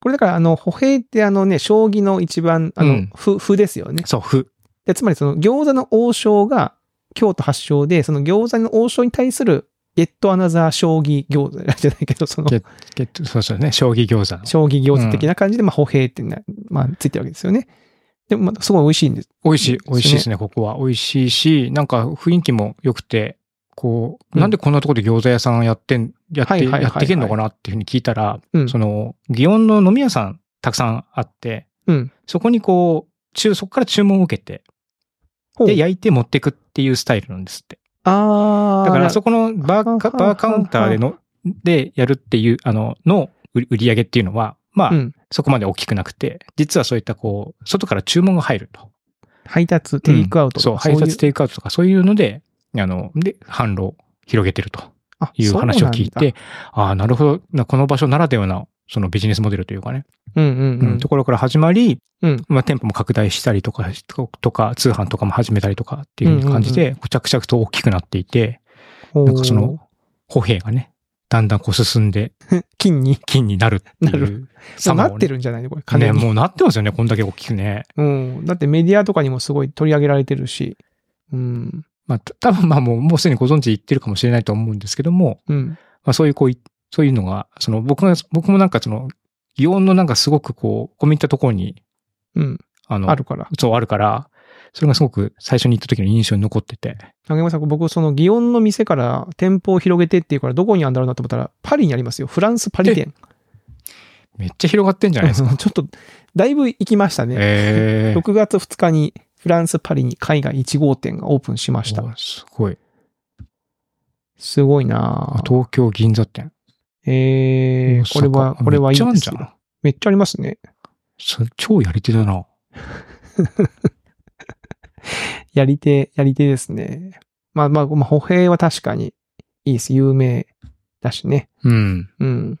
Speaker 2: これだから、あの、歩兵ってあのね、将棋の一番、あの、
Speaker 1: うん
Speaker 2: 歩、歩ですよね。
Speaker 1: そう、ふ。
Speaker 2: でつまりその餃子の王将が京都発祥で、その餃子の王将に対する、ゲットアナザー将棋餃子じゃないけど、その、
Speaker 1: ゲえっとそうそうね、将棋餃子の。
Speaker 2: 将棋餃子的な感じで、まあ、歩兵ってな、まあ、ついてるわけですよね。でも、まあ、すごい美味しいんです。
Speaker 1: 美味しい、
Speaker 2: ですね
Speaker 1: 美味しいですね、ここは。美味しいし、なんか雰囲気も良くて、こ
Speaker 2: う
Speaker 1: う、
Speaker 2: ん
Speaker 1: なんでこんなところで餃子屋さんやってん、やっ
Speaker 2: はい
Speaker 1: て、
Speaker 2: はいはいはい
Speaker 1: やっていけんのかなっていうふうに聞いたら、
Speaker 2: うん
Speaker 1: その、祇園の飲み屋さんたくさんあって、
Speaker 2: うん。
Speaker 1: そこにこう、中、そこから注文を受けて、
Speaker 2: ほう
Speaker 1: で、焼いて持ってくっていうスタイルなんですって。
Speaker 2: ああ。
Speaker 1: だからあそこのバーカ
Speaker 2: ははは
Speaker 1: バーカウンターでの、でやるっていう、あの、の売り売り上げっていうのは、まあ、
Speaker 2: うん。
Speaker 1: そこまで大きくなくて、実はそういったこう、外から注文が入ると。
Speaker 2: 配達、テイクアウト
Speaker 1: そう、
Speaker 2: とか、
Speaker 1: 配
Speaker 2: そうい
Speaker 1: 達テイクアウトとかそういうので、あの、で、販路を広げてると
Speaker 2: あ
Speaker 1: いう話を聞い。
Speaker 2: そうなん
Speaker 1: て、ああー、なるほどな、この場所ならではな、そのビジネスモデルというかね、
Speaker 2: だうんうん
Speaker 1: う
Speaker 2: うん
Speaker 1: ん、ところから始まり、
Speaker 2: うん
Speaker 1: まあ、店舗も拡大したりとか、ととか、通販とかも始めたりとかっていう感じで、こう着々と大きくなっていて、
Speaker 2: ほう
Speaker 1: なんかその、歩兵がね、だんだんこう進んで、
Speaker 2: 金に。
Speaker 1: 金になるって
Speaker 2: ないる
Speaker 1: う
Speaker 2: そう
Speaker 1: 様
Speaker 2: な
Speaker 1: をね。
Speaker 2: ってるんじゃないのこれ、
Speaker 1: ね、
Speaker 2: 金に。
Speaker 1: もうなってますよね、こんだけ大きくね。
Speaker 2: うん。だってメディアとかにもすごい取り上げられてるし。うん。
Speaker 1: まあ、た多分まあもう、もうすでにご存知言ってるかもしれないと思うんですけども、
Speaker 2: うん。
Speaker 1: まあそういうこうい、そういうのが、その僕が、僕もなんかその、祇園のなんかすごくこう、込み入ったところに、
Speaker 2: うん。
Speaker 1: あの、
Speaker 2: あるから。
Speaker 1: そうあるから、それがすごく最初に行った時の印象に残ってて。
Speaker 2: 影山さん、僕、その、祇園の店から店舗を広げてっていうから、どこにあるんだろうなと思ったら、パリにありますよ。フランスパリ店。
Speaker 1: めっちゃ広がってんじゃないですか。
Speaker 2: ちょっと、だいぶ行きましたね。
Speaker 1: ええ
Speaker 2: 6月2日にフランス・パリに海外1号店がオープンしました。
Speaker 1: おすごい。
Speaker 2: すごいな
Speaker 1: あ
Speaker 2: ぁ
Speaker 1: 東京銀座店。
Speaker 2: えー、
Speaker 1: 大
Speaker 2: こ
Speaker 1: 阪
Speaker 2: れは、これはいい
Speaker 1: めっ
Speaker 2: で
Speaker 1: ち
Speaker 2: す
Speaker 1: ゃあんじゃ
Speaker 2: よ
Speaker 1: ん。
Speaker 2: めっちゃありますね。
Speaker 1: それ超やり手だな。
Speaker 2: やり手、やり手ですね。まあまあ、まあ、歩兵は確かにいいです。有名だしね。
Speaker 1: うん。
Speaker 2: うん。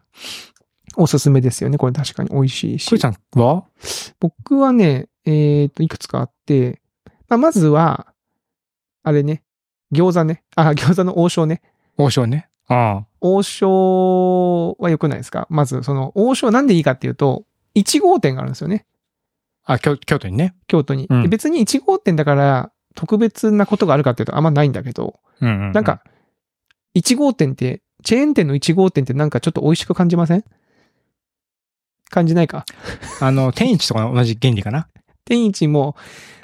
Speaker 2: おすすめですよね。これ確かに美味しいし
Speaker 1: クイ。さんは
Speaker 2: 僕はね、えっ、と、いくつかあって、まあ、まずは、あれね、餃子ね。あ、餃子の王将ね。
Speaker 1: 王将ね。ああ。
Speaker 2: 王将は良くないですかまず、その、王将なんでいいかっていうと、1号店があるんですよね。
Speaker 1: あ、京京都にね。
Speaker 2: 京都に。
Speaker 1: うん
Speaker 2: で別に1号店だから、特別なことがあるかっていうとあんまないんだけど、
Speaker 1: うんうう
Speaker 2: なんか、1号店って、チェーン店の1号店ってなんかちょっと美味しく感じません感じないか
Speaker 1: あの、天一とかの同じ原理かな。
Speaker 2: 天一も、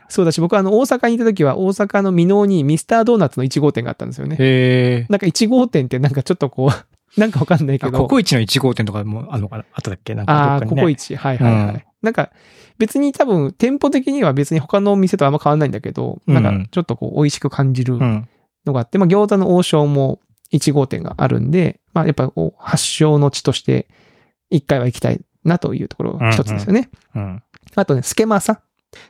Speaker 2: そうだし、僕はあの、大阪にいた時は、大阪の箕面にミスタードーナツの1号店があったんですよね。
Speaker 1: へえ。
Speaker 2: なんか1号店ってなんかちょっとこう、 なんかわかんないけ
Speaker 1: あ
Speaker 2: ど。
Speaker 1: ココイチの1号店とかもあるのかなあっただっけなん
Speaker 2: あ
Speaker 1: か
Speaker 2: あ
Speaker 1: ど
Speaker 2: ー、
Speaker 1: っかに
Speaker 2: コ
Speaker 1: ね。
Speaker 2: コイチ。はいはいはい。
Speaker 1: うん
Speaker 2: なんか、別に多分、店舗的には別に他の店とあんま変わんないんだけど、
Speaker 1: うん
Speaker 2: なんか、ちょっとこう、美味しく感じる
Speaker 1: うん。
Speaker 2: のがあって、まあ、餃子の王将も1号店があるんで、まあ、やっぱこう、発祥の地として、一回は行きたいなというところが一つですよね。
Speaker 1: うん。
Speaker 2: あとね、スケマサ。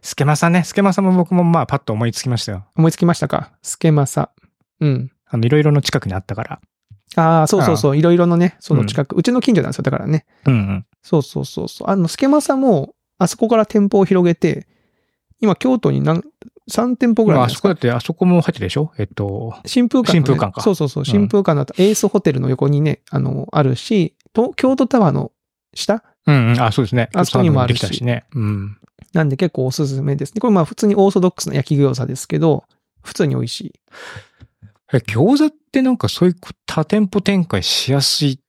Speaker 1: スケマさんね。スケマさんも僕もまあパッと思いつきましたよ。
Speaker 2: 思いつきましたかスケマサ。うん。
Speaker 1: あの、いろいろの近くにあったから。
Speaker 2: ああ、そうそうそう、いろいろのね、その近く、うちの近所なんですよ、だからね。
Speaker 1: うんうん。
Speaker 2: そうそうそうそう。あの、スケマサも、あそこから店舗を広げて、今、京都に何、3店舗ぐらい
Speaker 1: まあ、あ
Speaker 2: るんです
Speaker 1: そ
Speaker 2: か
Speaker 1: こだって、あそこも入ってたでしょえっと、
Speaker 2: 新風館のね、
Speaker 1: 新風館か
Speaker 2: そうそうそう。
Speaker 1: ん
Speaker 2: 新風館だと、エースホテルの横にね、あの、あるし、と京都タワーの下
Speaker 1: うんうん。あ、そうですね。
Speaker 2: あそこにもあるし
Speaker 1: できたしね。うん。
Speaker 2: なんで結構おすすめですね。これまあ普通にオーソドックスな焼き餃子ですけど、普通に美味しい。
Speaker 1: え餃子ってなんかそういう多店舗展開しやすい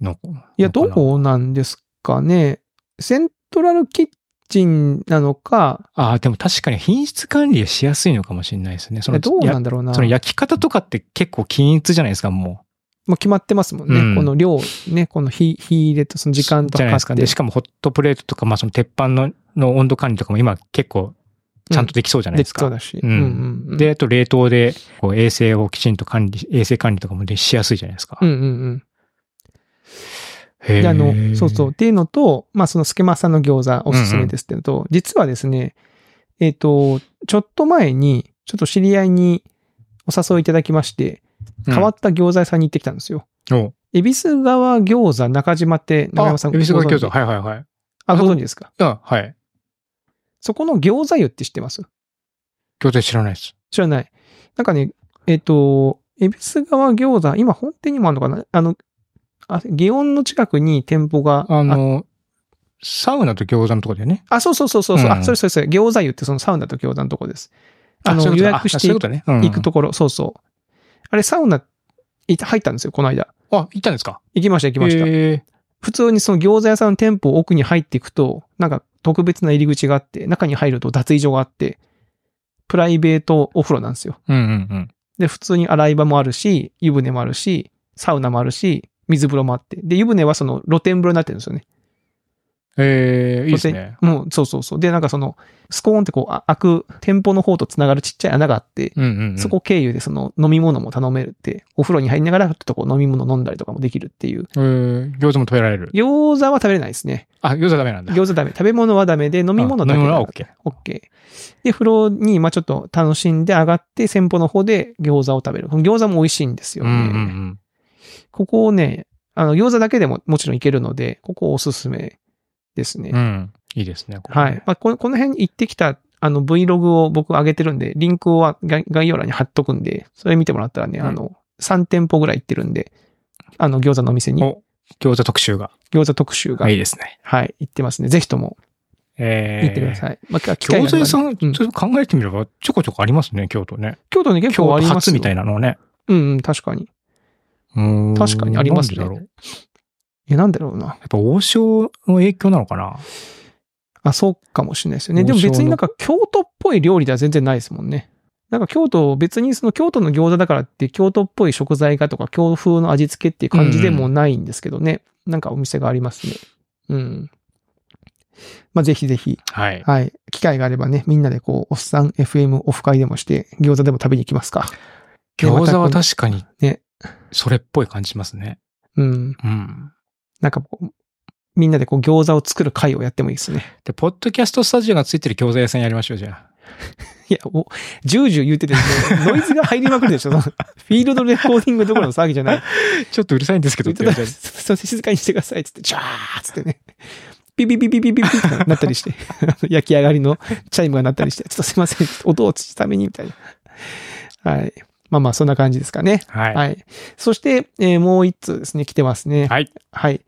Speaker 1: の
Speaker 2: いや、
Speaker 1: の
Speaker 2: ど
Speaker 1: かな
Speaker 2: うなんですかね。セントラルキッチンなのか、
Speaker 1: ああ、でも確かに品質管理はしやすいのかもしれないですね。その、
Speaker 2: どうな
Speaker 1: や
Speaker 2: んだろうな。
Speaker 1: その焼き方とかって結構均一じゃないですか、も
Speaker 2: もう決まってますもんね。
Speaker 1: うん
Speaker 2: この量、ね、この火、火入れとその
Speaker 1: う。
Speaker 2: 時間と
Speaker 1: じゃ
Speaker 2: か
Speaker 1: ないで
Speaker 2: か
Speaker 1: す
Speaker 2: っ
Speaker 1: か。
Speaker 2: て
Speaker 1: で、し。かもホットプレートとか、まあその鉄板のの温度管理とかも今結構ちゃんとできそうじゃない
Speaker 2: で
Speaker 1: で
Speaker 2: き
Speaker 1: すか。
Speaker 2: そうだし。
Speaker 1: うん
Speaker 2: うんうんうん
Speaker 1: で、、あと冷凍で、こう衛生をきちんと管理、衛生管理とかもでしやすいじゃないですか。
Speaker 2: うんうんうん。
Speaker 1: へー
Speaker 2: で、あの、そうそう。っ。ていうのと、まあ、そのスケマさんの餃子おすすめですっていうのと、実はですね、えっ、と、ちょっと前に、ちょっと知り合いにお誘いいただきまして、変わ
Speaker 1: っ
Speaker 2: った餃子屋さんに行ってきたんですよ。
Speaker 1: て、おう
Speaker 2: 恵比寿川餃子中島って、中
Speaker 1: あ
Speaker 2: 山さん、
Speaker 1: エビス
Speaker 2: ご
Speaker 1: 川
Speaker 2: 存
Speaker 1: 餃
Speaker 2: 知
Speaker 1: 子。はいはいはい。
Speaker 2: あ、ご存知ですか
Speaker 1: うん、はい。
Speaker 2: そこの餃子湯って知ってます
Speaker 1: 餃子知らないです。
Speaker 2: 知らない。なんかね、えっ、と、恵比寿川餃子、今本店にもあるのかなあの、あ、祇園の近くに店舗が
Speaker 1: あの、サウナと餃子のとこだよね。
Speaker 2: あ、そうそうそうそうそう、
Speaker 1: う
Speaker 2: あ、
Speaker 1: ん
Speaker 2: それそれそれ、餃子湯ってそのサウナと餃子のとこです。あの、
Speaker 1: そういうこと
Speaker 2: 予
Speaker 1: だ
Speaker 2: 約し
Speaker 1: あそう
Speaker 2: て
Speaker 1: いうことね。うん
Speaker 2: 行く。ところ、そうそう。あれ、サウナ、い入ったんですよ、この間。
Speaker 1: あ、行ったんですか
Speaker 2: 行きました、行きました。
Speaker 1: へー
Speaker 2: 普通にその餃子屋さんの店舗奥に入っていくと、なんか特別な入り口があって、中に入ると脱衣所があって、プライベートお風呂なんですよ。
Speaker 1: うんうんうん。
Speaker 2: で、普通に洗い場もあるし、湯船もあるし、サウナもあるし、水風呂もあって。で、湯船はその露天風呂になってるんですよね。
Speaker 1: ええいいですね。
Speaker 2: もう、そうそうそう。で、なんかその、スコーンってこう、あ開く、店舗の方と繋がるちっちゃい穴があって、
Speaker 1: うんうん、うん。
Speaker 2: そこ経由でその飲み物も頼めるって、お風呂に入りながらちょっとこう飲み物飲んだりとかもできるっていう。
Speaker 1: えー、餃子も食べられる。
Speaker 2: 餃子は食べれないですね。
Speaker 1: あ、餃子ダメなんだ。
Speaker 2: 餃子ダメ。食べ物はダメで、飲み物だけ
Speaker 1: あ飲み
Speaker 2: な
Speaker 1: 物
Speaker 2: ら
Speaker 1: は OK。
Speaker 2: OK。で、風呂に、まあちょっと楽しんで上がって、先方の方で餃子を食べる。この餃子も美味しいんですよ
Speaker 1: う
Speaker 2: ね。
Speaker 1: んうんうん。
Speaker 2: ここをね、あの、餃子だけでももちろんいけるので、ここおすすめですね。
Speaker 1: うん。いいですね。ここね
Speaker 2: はい。。まあ、このこの辺行ってきた、あの、Vlog を僕上げてるんで、リンクは概概要欄に貼っとくんで、それ見てもらったらね、
Speaker 1: うん
Speaker 2: あの、3店舗ぐらい行ってるんで、あの、餃子のお店に、
Speaker 1: お、餃子特集が。
Speaker 2: 餃子特集が、
Speaker 1: いいですね。
Speaker 2: はい、行ってますね。ぜひとも
Speaker 1: ええ
Speaker 2: 行ってください。まあ、機会があ
Speaker 1: 餃
Speaker 2: れば
Speaker 1: 子
Speaker 2: ね
Speaker 1: 屋さん、ちょ
Speaker 2: う
Speaker 1: っと考えてみれば、ちょこちょこありますね、京都ね。
Speaker 2: 京都に結
Speaker 1: 京
Speaker 2: 構
Speaker 1: 都
Speaker 2: ありま
Speaker 1: 初
Speaker 2: すよ
Speaker 1: みたいなのはね。
Speaker 2: うんうん、確かに。
Speaker 1: うーん
Speaker 2: 確かにあります
Speaker 1: な
Speaker 2: ね
Speaker 1: んでだろう。
Speaker 2: え、なんだろうな。
Speaker 1: やっぱ王将の影響なのかな
Speaker 2: あ、そうかもしれないですよね。
Speaker 1: 王
Speaker 2: で
Speaker 1: 将
Speaker 2: も
Speaker 1: の
Speaker 2: 別になんか京都っぽい料理では全然ないですもんね。なんか京都、別にその京都の餃子だからって京都っぽい食材がとか京風の味付けっていう感じでもないんですけどね。なんかお店がありますね。うん。まあぜひぜひ、
Speaker 1: はい。
Speaker 2: はい。機会があればね、みんなでこう、おっさん FM オフ会でもして、餃子でも食べに行きますか。
Speaker 1: 餃子は
Speaker 2: ねまたこ
Speaker 1: 確かに、
Speaker 2: ね。
Speaker 1: それっぽい感じますね。
Speaker 2: ううん。
Speaker 1: うん。
Speaker 2: なんかこう、みんなでこう餃子を作る会をやってもいいですね。
Speaker 1: で、ポッドキャストスタジオがついてる餃子屋さんやりましょう、じ ゃ
Speaker 2: いや、お、ジュージュー言ってて、もうノイズが入りまくるでしょ。そのフィールドレコーディングどころの騒ぎじゃない。
Speaker 1: あ。ちょっとうるさいんですけどって言
Speaker 2: 言
Speaker 1: われ
Speaker 2: って
Speaker 1: て
Speaker 2: たすいません静かにしてくださいっつって、ジャーっつってね。ピピピピピピピってなったりして、焼き上がりのチャイムが鳴ったりして、ちょっとすいません、音をつためにみたいな。はい。まあまあ、そんな感じですかね。
Speaker 1: はい。
Speaker 2: はい。そして、えーもう一通ですね、来てますね。
Speaker 1: はい。
Speaker 2: はい。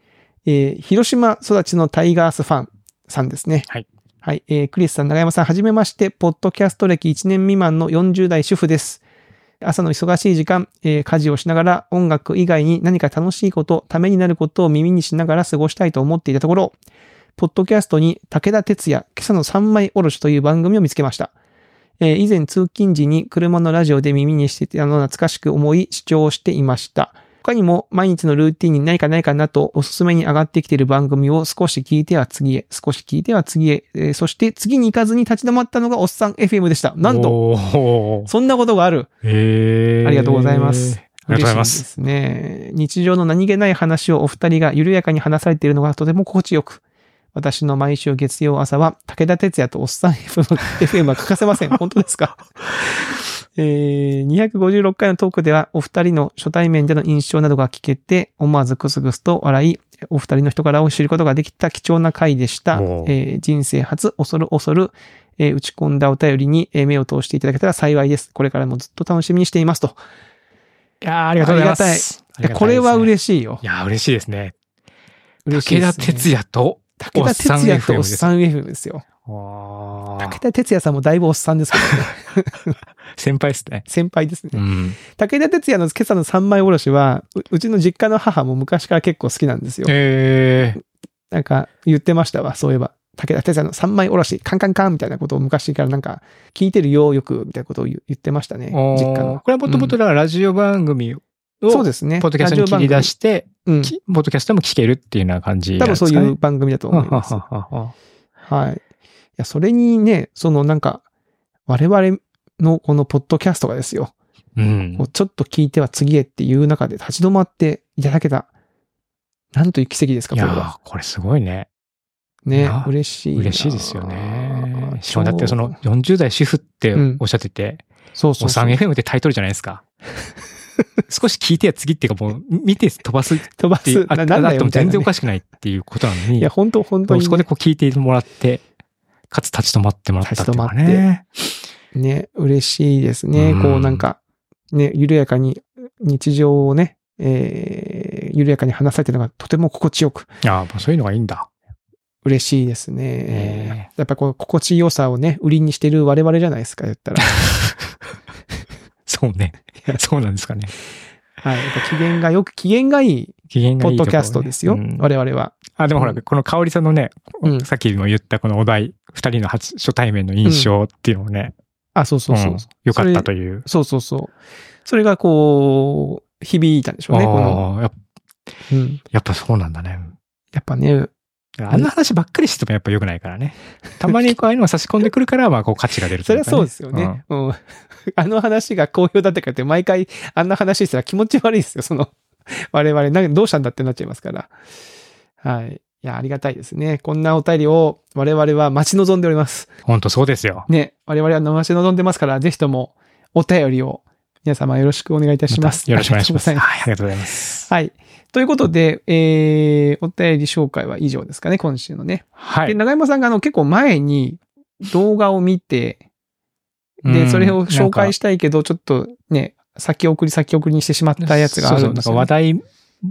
Speaker 2: えー広島育ちのタイガースファンさんですね。
Speaker 1: はい。
Speaker 2: はい。えークリスさん、長山さん、はじめまして、ポッドキャスト歴1年未満の40代主婦です。朝の忙しい時間、えー家事をしながら音楽以外に何か楽しいこと、ためになることを耳にしながら過ごしたいと思っていたところ、ポッドキャストに武田鉄矢、今朝の三枚おろしという番組を見つけました。えー以前通勤時に車のラジオで耳にしていたのを懐かしく思い視聴していました。他にも毎日のルーティンに何かないかなとおすすめに上がってきている番組を少し聞いては次へ、少し聞いては次へ、えーそして次に行かずに立ち止まったのがおっさん FM でした。なんと、
Speaker 1: と
Speaker 2: そんなことがある。
Speaker 1: えー、
Speaker 2: ありがとうございます。
Speaker 1: ありがとうございま
Speaker 2: 嬉
Speaker 1: す。
Speaker 2: しいですね。日常の何気ない話をお二人が緩やかに話されているのがとても心地よく。私の毎週月曜朝は武田鉄矢とおっさん FM は欠かせ ません。本当ですかえー、256回のトークではお二人の初対面での印象などが聞けて思わずクスクスと笑い、お二人の人柄を知ることができた貴重な回でした。え
Speaker 1: おう
Speaker 2: ー人生初恐る恐る、えー打ち込んだお便りにえー目を通していただけたら幸いです。これからもずっと楽しみにしていますと。
Speaker 1: いやーありがとうございます。
Speaker 2: いやこれは
Speaker 1: しいで
Speaker 2: 嬉しいよ
Speaker 1: すね。。いやー嬉しいですね。
Speaker 2: 嬉し
Speaker 1: 武
Speaker 2: いで
Speaker 1: 田
Speaker 2: すね
Speaker 1: 鉄矢と、
Speaker 2: 武田鉄矢とお
Speaker 1: お
Speaker 2: っ
Speaker 1: っ
Speaker 2: さ
Speaker 1: さ
Speaker 2: ん FM ですよ。
Speaker 1: あー
Speaker 2: 武田鉄矢さんもだいぶおっさんですけ どね。
Speaker 1: 先輩ですね。
Speaker 2: 先輩ですね。
Speaker 1: うん。
Speaker 2: 武田鉄矢の今朝の三枚おろしはう、うちの実家の母も昔から結構好きなんですよ。
Speaker 1: えー、
Speaker 2: なんか言ってましたわ、そういえば。武田鉄矢の三枚おろし、カンカンカンみたいなことを昔からなんか、聞いてるよ、よく、みたいなことを言言ってましたね。
Speaker 1: おー
Speaker 2: 実家の。
Speaker 1: これはもともとだからラジオ番組を、
Speaker 2: そうですね。
Speaker 1: ポッドキャストに切り出して、
Speaker 2: ラジオ番組。
Speaker 1: きポッドキャストも聞けるっていうような感じ
Speaker 2: うん。
Speaker 1: な
Speaker 2: 多
Speaker 1: んで
Speaker 2: 分
Speaker 1: す
Speaker 2: そう
Speaker 1: かね。
Speaker 2: いう番組だと思い
Speaker 1: はは
Speaker 2: ます。
Speaker 1: ははは。
Speaker 2: はい。いや、それにね、そのなんか、我々のこのポッドキャストがですよ、
Speaker 1: うん
Speaker 2: こ。うちょっと聞いては次へっていう中で立ち止まっていただけた、なんという奇跡ですか、
Speaker 1: い
Speaker 2: これ
Speaker 1: や
Speaker 2: は。
Speaker 1: ーこれすごいね。い
Speaker 2: ね
Speaker 1: や、
Speaker 2: 嬉しいな。
Speaker 1: 嬉しいですよね。しかもだってその
Speaker 2: そう、
Speaker 1: 40代主婦って
Speaker 2: うん
Speaker 1: おっしゃってて、
Speaker 2: そう
Speaker 1: お
Speaker 2: そうそう
Speaker 1: さん FM ってタイトルじゃないです か。少し聞いてや次っていうかもう見て飛ばすっ
Speaker 2: 飛ば
Speaker 1: てい
Speaker 2: す
Speaker 1: う、、あ
Speaker 2: な
Speaker 1: な
Speaker 2: なん
Speaker 1: んだ
Speaker 2: だよ
Speaker 1: よ
Speaker 2: みたい
Speaker 1: 全
Speaker 2: な
Speaker 1: 然お
Speaker 2: ね。
Speaker 1: かしくないっていうことなの
Speaker 2: い
Speaker 1: に
Speaker 2: や、、本当本当にね。
Speaker 1: そこでこう聞いてもらって、かつ立ち止まってもらったっていうか
Speaker 2: 立ち止ま
Speaker 1: ね。
Speaker 2: ね、嬉しいですね。
Speaker 1: うん
Speaker 2: こうなんか、ね、緩やかに、日常をね、えー緩やかに話されてるのがとても心地よく、
Speaker 1: いやー、もうそういうのがいいんだ。
Speaker 2: 嬉しいですね。やっぱこう、心地よさをね、売りにしてる我々じゃないですか、言ったら。
Speaker 1: そうね。そうなんですかね。
Speaker 2: はい。やっぱ機嫌がよく、機嫌がいい、
Speaker 1: 機嫌
Speaker 2: ポ
Speaker 1: がい
Speaker 2: ッ
Speaker 1: いとこ
Speaker 2: ド
Speaker 1: ろね
Speaker 2: キャストですよ。
Speaker 1: うん
Speaker 2: 我々は。
Speaker 1: あ、でもほら、
Speaker 2: うん
Speaker 1: この香りさんのね、
Speaker 2: うん
Speaker 1: さっきも言ったこのお題、二人の初初対面の印象っていうのもね、
Speaker 2: あ、そうそうそう。
Speaker 1: ん良かったという。
Speaker 2: そうそうそう。それがこう、響いたんでしょうね、この。
Speaker 1: ああ、やっぱ
Speaker 2: うん
Speaker 1: やっぱそうなんだね。
Speaker 2: やっぱね、
Speaker 1: だからあんな話ばっかりしててもやっぱ良くないから ね。たまにこうああいうのが差し込んでくるから、まあこう価値が出ると
Speaker 2: そ
Speaker 1: いう
Speaker 2: れは
Speaker 1: か
Speaker 2: そうですよね。。うん。 あの話が好評だったからって、毎回あんな話したら気持ち悪いですよ、その。我々、なんかどうしたんだってなっちゃいますから。はい。いや、ありがたいですね。こんなお便りを我々は待ち望んでおります。
Speaker 1: 本当そうですよ。
Speaker 2: ね。我々は待ち望んでますから、ぜひともお便りを皆様よろしくお願いいたします。
Speaker 1: たよろしくお願いします。
Speaker 2: ありがとうござ
Speaker 1: はい、ありがとうございます。
Speaker 2: はい。ということで、えー、お便り紹介は以上ですかね、今週のね。
Speaker 1: は
Speaker 2: で、
Speaker 1: い。
Speaker 2: 長山さんがあの結構前に動画を見て、
Speaker 1: う
Speaker 2: で、
Speaker 1: ん
Speaker 2: それを紹介
Speaker 1: し
Speaker 2: したいけど、ちょっとね、先送り先送りにしてしまったやつがあるんですよ、
Speaker 1: 話
Speaker 2: ね。
Speaker 1: 題、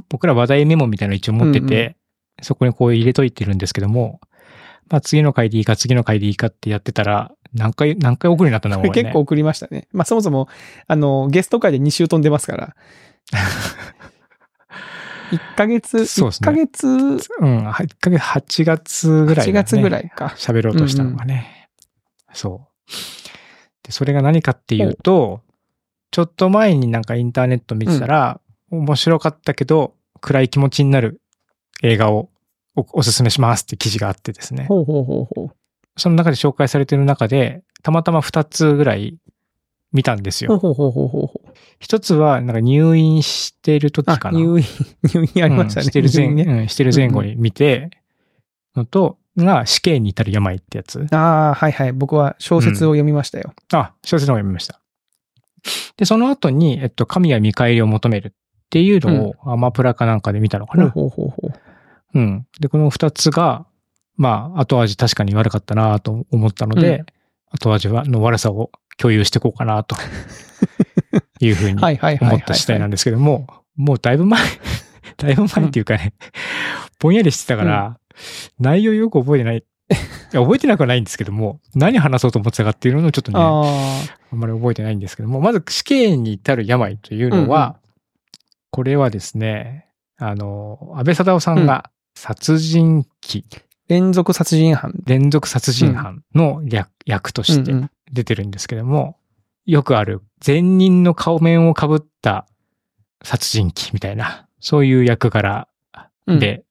Speaker 1: 僕ら話題メモみたいなの一応持って
Speaker 2: うん
Speaker 1: て、そこにこう入れといてるんですけども、まあ次の回でいいか、次の回でいいかってやってたら、何回、何回送りになったんだ
Speaker 2: こ
Speaker 1: ろうね。
Speaker 2: れ 結構送りましたね。まあそもそも、あの、ゲスト会で2週飛んでま すから。1ヶ月、
Speaker 1: そうですね
Speaker 2: 1ヶ月、
Speaker 1: うん、は1ヶ月、8月ぐらい、
Speaker 2: 8月ぐら
Speaker 1: い。
Speaker 2: いか。
Speaker 1: 喋ろうとしたのがね。そう。で、それが何かっていうと、ちょっと前になんかインターネット見てたら、面白かったけど、暗い気持ちになる映画をおおすすめしますって記事があってですね。
Speaker 2: ほうほうほうほう。
Speaker 1: その中で紹介されてる中で、たまたま2つぐらい見たんです
Speaker 2: ほう
Speaker 1: よ。
Speaker 2: ほうほうほうほうほう。
Speaker 1: 一つは、なんか入院してる時
Speaker 2: あ
Speaker 1: か、な。
Speaker 2: 入院、 入院ありました
Speaker 1: うん
Speaker 2: ね。
Speaker 1: してる前、
Speaker 2: 入院ね。
Speaker 1: うんしてる前後に見て、のと、が死刑に至る病ってやつ。
Speaker 2: ああ、はいはい。僕は小説を読みましたよ。
Speaker 1: あ、小説の方読みました。で、その後に、えっと、神は見返りを求めるっていうのを、アマプラかなんかで見たのかな。
Speaker 2: ほうほうほうほう。
Speaker 1: うん。で、この二つが、まあ、後味確かに悪かったなと思ったので、
Speaker 2: うん
Speaker 1: 後味はの悪さを共有していこうかな というふうに
Speaker 2: はいはいはいはい、はい。
Speaker 1: 思った次第なんですけども、もうだいぶ前、 だいぶ前っていうかね、ぼんやりしてたから、内容よく覚えてない。いや覚えてなくはないんですけども、何話そうと思ってたかっていうのをちょっとね、あ
Speaker 2: あ
Speaker 1: んまり覚えてないんですけども、まず死刑に至る病というのは、これはですね、あの、安倍貞夫さんが殺人鬼、
Speaker 2: ー連続殺人犯
Speaker 1: 連続殺人犯の略役として
Speaker 2: うんうん
Speaker 1: 出てるんですけども、よくある、善人の顔面をかぶった殺人鬼みたいな、そういう役柄
Speaker 2: うん
Speaker 1: で、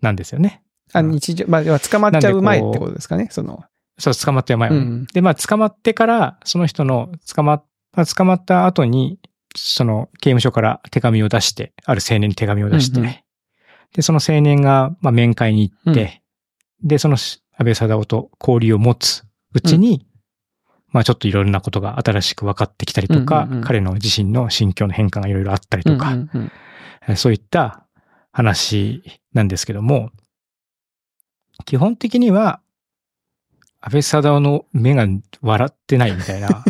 Speaker 1: なんですよね。
Speaker 2: あの日常、まあ、要は捕まっちゃう前ってことですかね、その。
Speaker 1: そう、捕まって前は、
Speaker 2: うん
Speaker 1: で、まあ、捕まってから、その人の捕まっ、まあ捕まった後に、その刑務所から手紙を出して、ある青年に手紙を出して、
Speaker 2: うんうん
Speaker 1: で、その青年が、まあ、面会に行って、で、そのし安倍貞夫と交流を持つうちに、まあ、ちょっといろんなことが新しく分かってきたりとか、
Speaker 2: うんうんうん
Speaker 1: 彼の自身の心境の変化がいろいろあったりとか、
Speaker 2: うんうんうん
Speaker 1: えそういった話なんですけども、基本的には、安倍貞夫の目が笑ってないみたい な、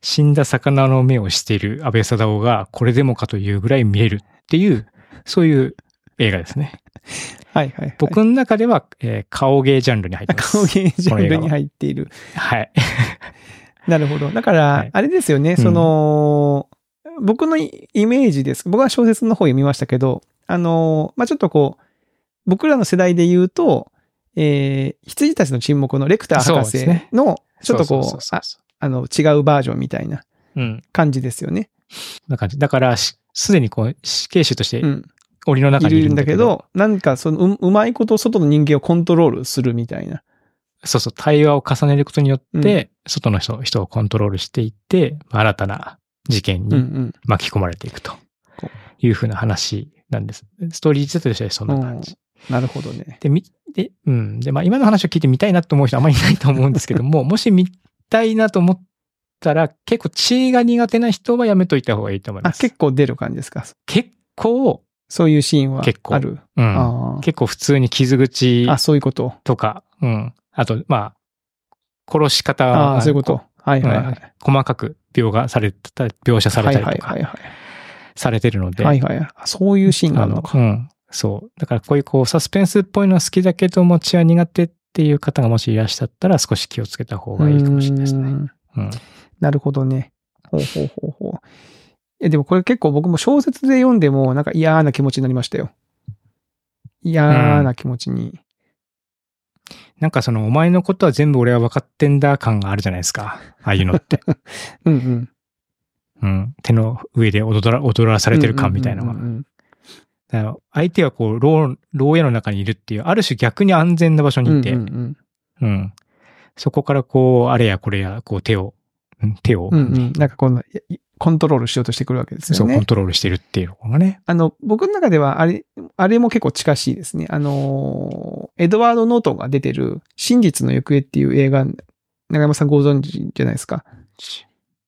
Speaker 1: 死んだ魚の目をしている安倍貞夫がこれでもかというぐらい見えるっていう、そういう映画ですね。
Speaker 2: はいはい、はい。
Speaker 1: 僕の中では、えー顔芸ジャンルに入ってます。
Speaker 2: 顔芸ジャンルに入っている。
Speaker 1: はい。
Speaker 2: なるほど。だから、
Speaker 1: はい
Speaker 2: あれですよね、
Speaker 1: ん
Speaker 2: その、僕のイメージです。僕は小説の方読みましたけど、あの、まあ、ちょっとこう、僕らの世代で言うと、えー、羊たちの沈黙のレクター博
Speaker 1: そうです
Speaker 2: 士
Speaker 1: ね
Speaker 2: の、ちょっとこう
Speaker 1: そうそうそう
Speaker 2: あ
Speaker 1: そ
Speaker 2: あの、違うバージョンみたいな
Speaker 1: ううん。
Speaker 2: 感じですよね。
Speaker 1: こんな感じ。だから、しすでにこう、死刑囚として
Speaker 2: うん。
Speaker 1: 檻の中に
Speaker 2: い
Speaker 1: い
Speaker 2: る
Speaker 1: る
Speaker 2: ん
Speaker 1: ん
Speaker 2: だ
Speaker 1: だ
Speaker 2: け
Speaker 1: けど、
Speaker 2: ど、なんかそのう、うまいこと外の人間をコントロールするみたいな。
Speaker 1: そうそう、対話を重ねることによって、外の人、人をコントロールしていって、まあ新たな事件
Speaker 2: うんう
Speaker 1: に
Speaker 2: ん。
Speaker 1: 巻き込まれていくと
Speaker 2: こ
Speaker 1: いうふうな話なんです。ストーリー自体としてはそんな感じ。
Speaker 2: なるほどね。
Speaker 1: で、み、で、うん。で、まあ今の話を聞いてみたいなと思う人あまりいないと思うんですけど も、もし見たいなと思ったら、結構血が苦手な人はやめといた方がいいと思い
Speaker 2: あ、
Speaker 1: ます。
Speaker 2: 結構出る感じですか。
Speaker 1: 結構、
Speaker 2: そういうシーンは
Speaker 1: 結構
Speaker 2: ある。
Speaker 1: うん。
Speaker 2: あ
Speaker 1: 結構普通に傷口
Speaker 2: ああ、そういうこと。
Speaker 1: とか、うん。あと、まあ、殺し方
Speaker 2: ああ、
Speaker 1: が
Speaker 2: そういうこと。はいはいはい。
Speaker 1: 細かく描画された、描写され
Speaker 2: はい
Speaker 1: たり
Speaker 2: はい
Speaker 1: とか
Speaker 2: はいはい。
Speaker 1: されてるので、
Speaker 2: はいはい。あそういうシーンがあ
Speaker 1: あ
Speaker 2: る
Speaker 1: の
Speaker 2: の、か。
Speaker 1: うん、そう。だからこういうこう、サスペンスっぽいのは好きだけども、血は苦手っていう方がもしいらっしゃったら、少し気をつけた方がいいかもしれないです
Speaker 2: う
Speaker 1: ね。
Speaker 2: ん
Speaker 1: うん。
Speaker 2: なるほどね。ほうほうほうほう。え、でもこれ結構僕も小説で読んでも、なんか嫌な気持ちになりましたよ。嫌な気持ちに。
Speaker 1: なんかその、お前のことは全部俺は分かってんだ感があるじゃないですか。ああいうのって。
Speaker 2: うんうん。
Speaker 1: うん。手の上で踊ら踊らされてる感みたいなの
Speaker 2: うん
Speaker 1: が。
Speaker 2: うんうんうん
Speaker 1: あの相手はこう、牢、牢屋の中にいるっていう、ある種逆に安全な場所にいて、
Speaker 2: う
Speaker 1: うんんそこからこう、あれやこれや、こう手を、うん手を、
Speaker 2: うんうん。うんうん。なんかこの、いコントロールしようとしてくるわけです
Speaker 1: そ
Speaker 2: よ
Speaker 1: う、コン
Speaker 2: ね。
Speaker 1: トロールしてるっていうのがね。
Speaker 2: あの、僕の中では、あれ、あれも結構近しいですね。あのー、エドワード・ノートンが出てる、真実の行方っていう映画、長山さんご存知じゃないですか。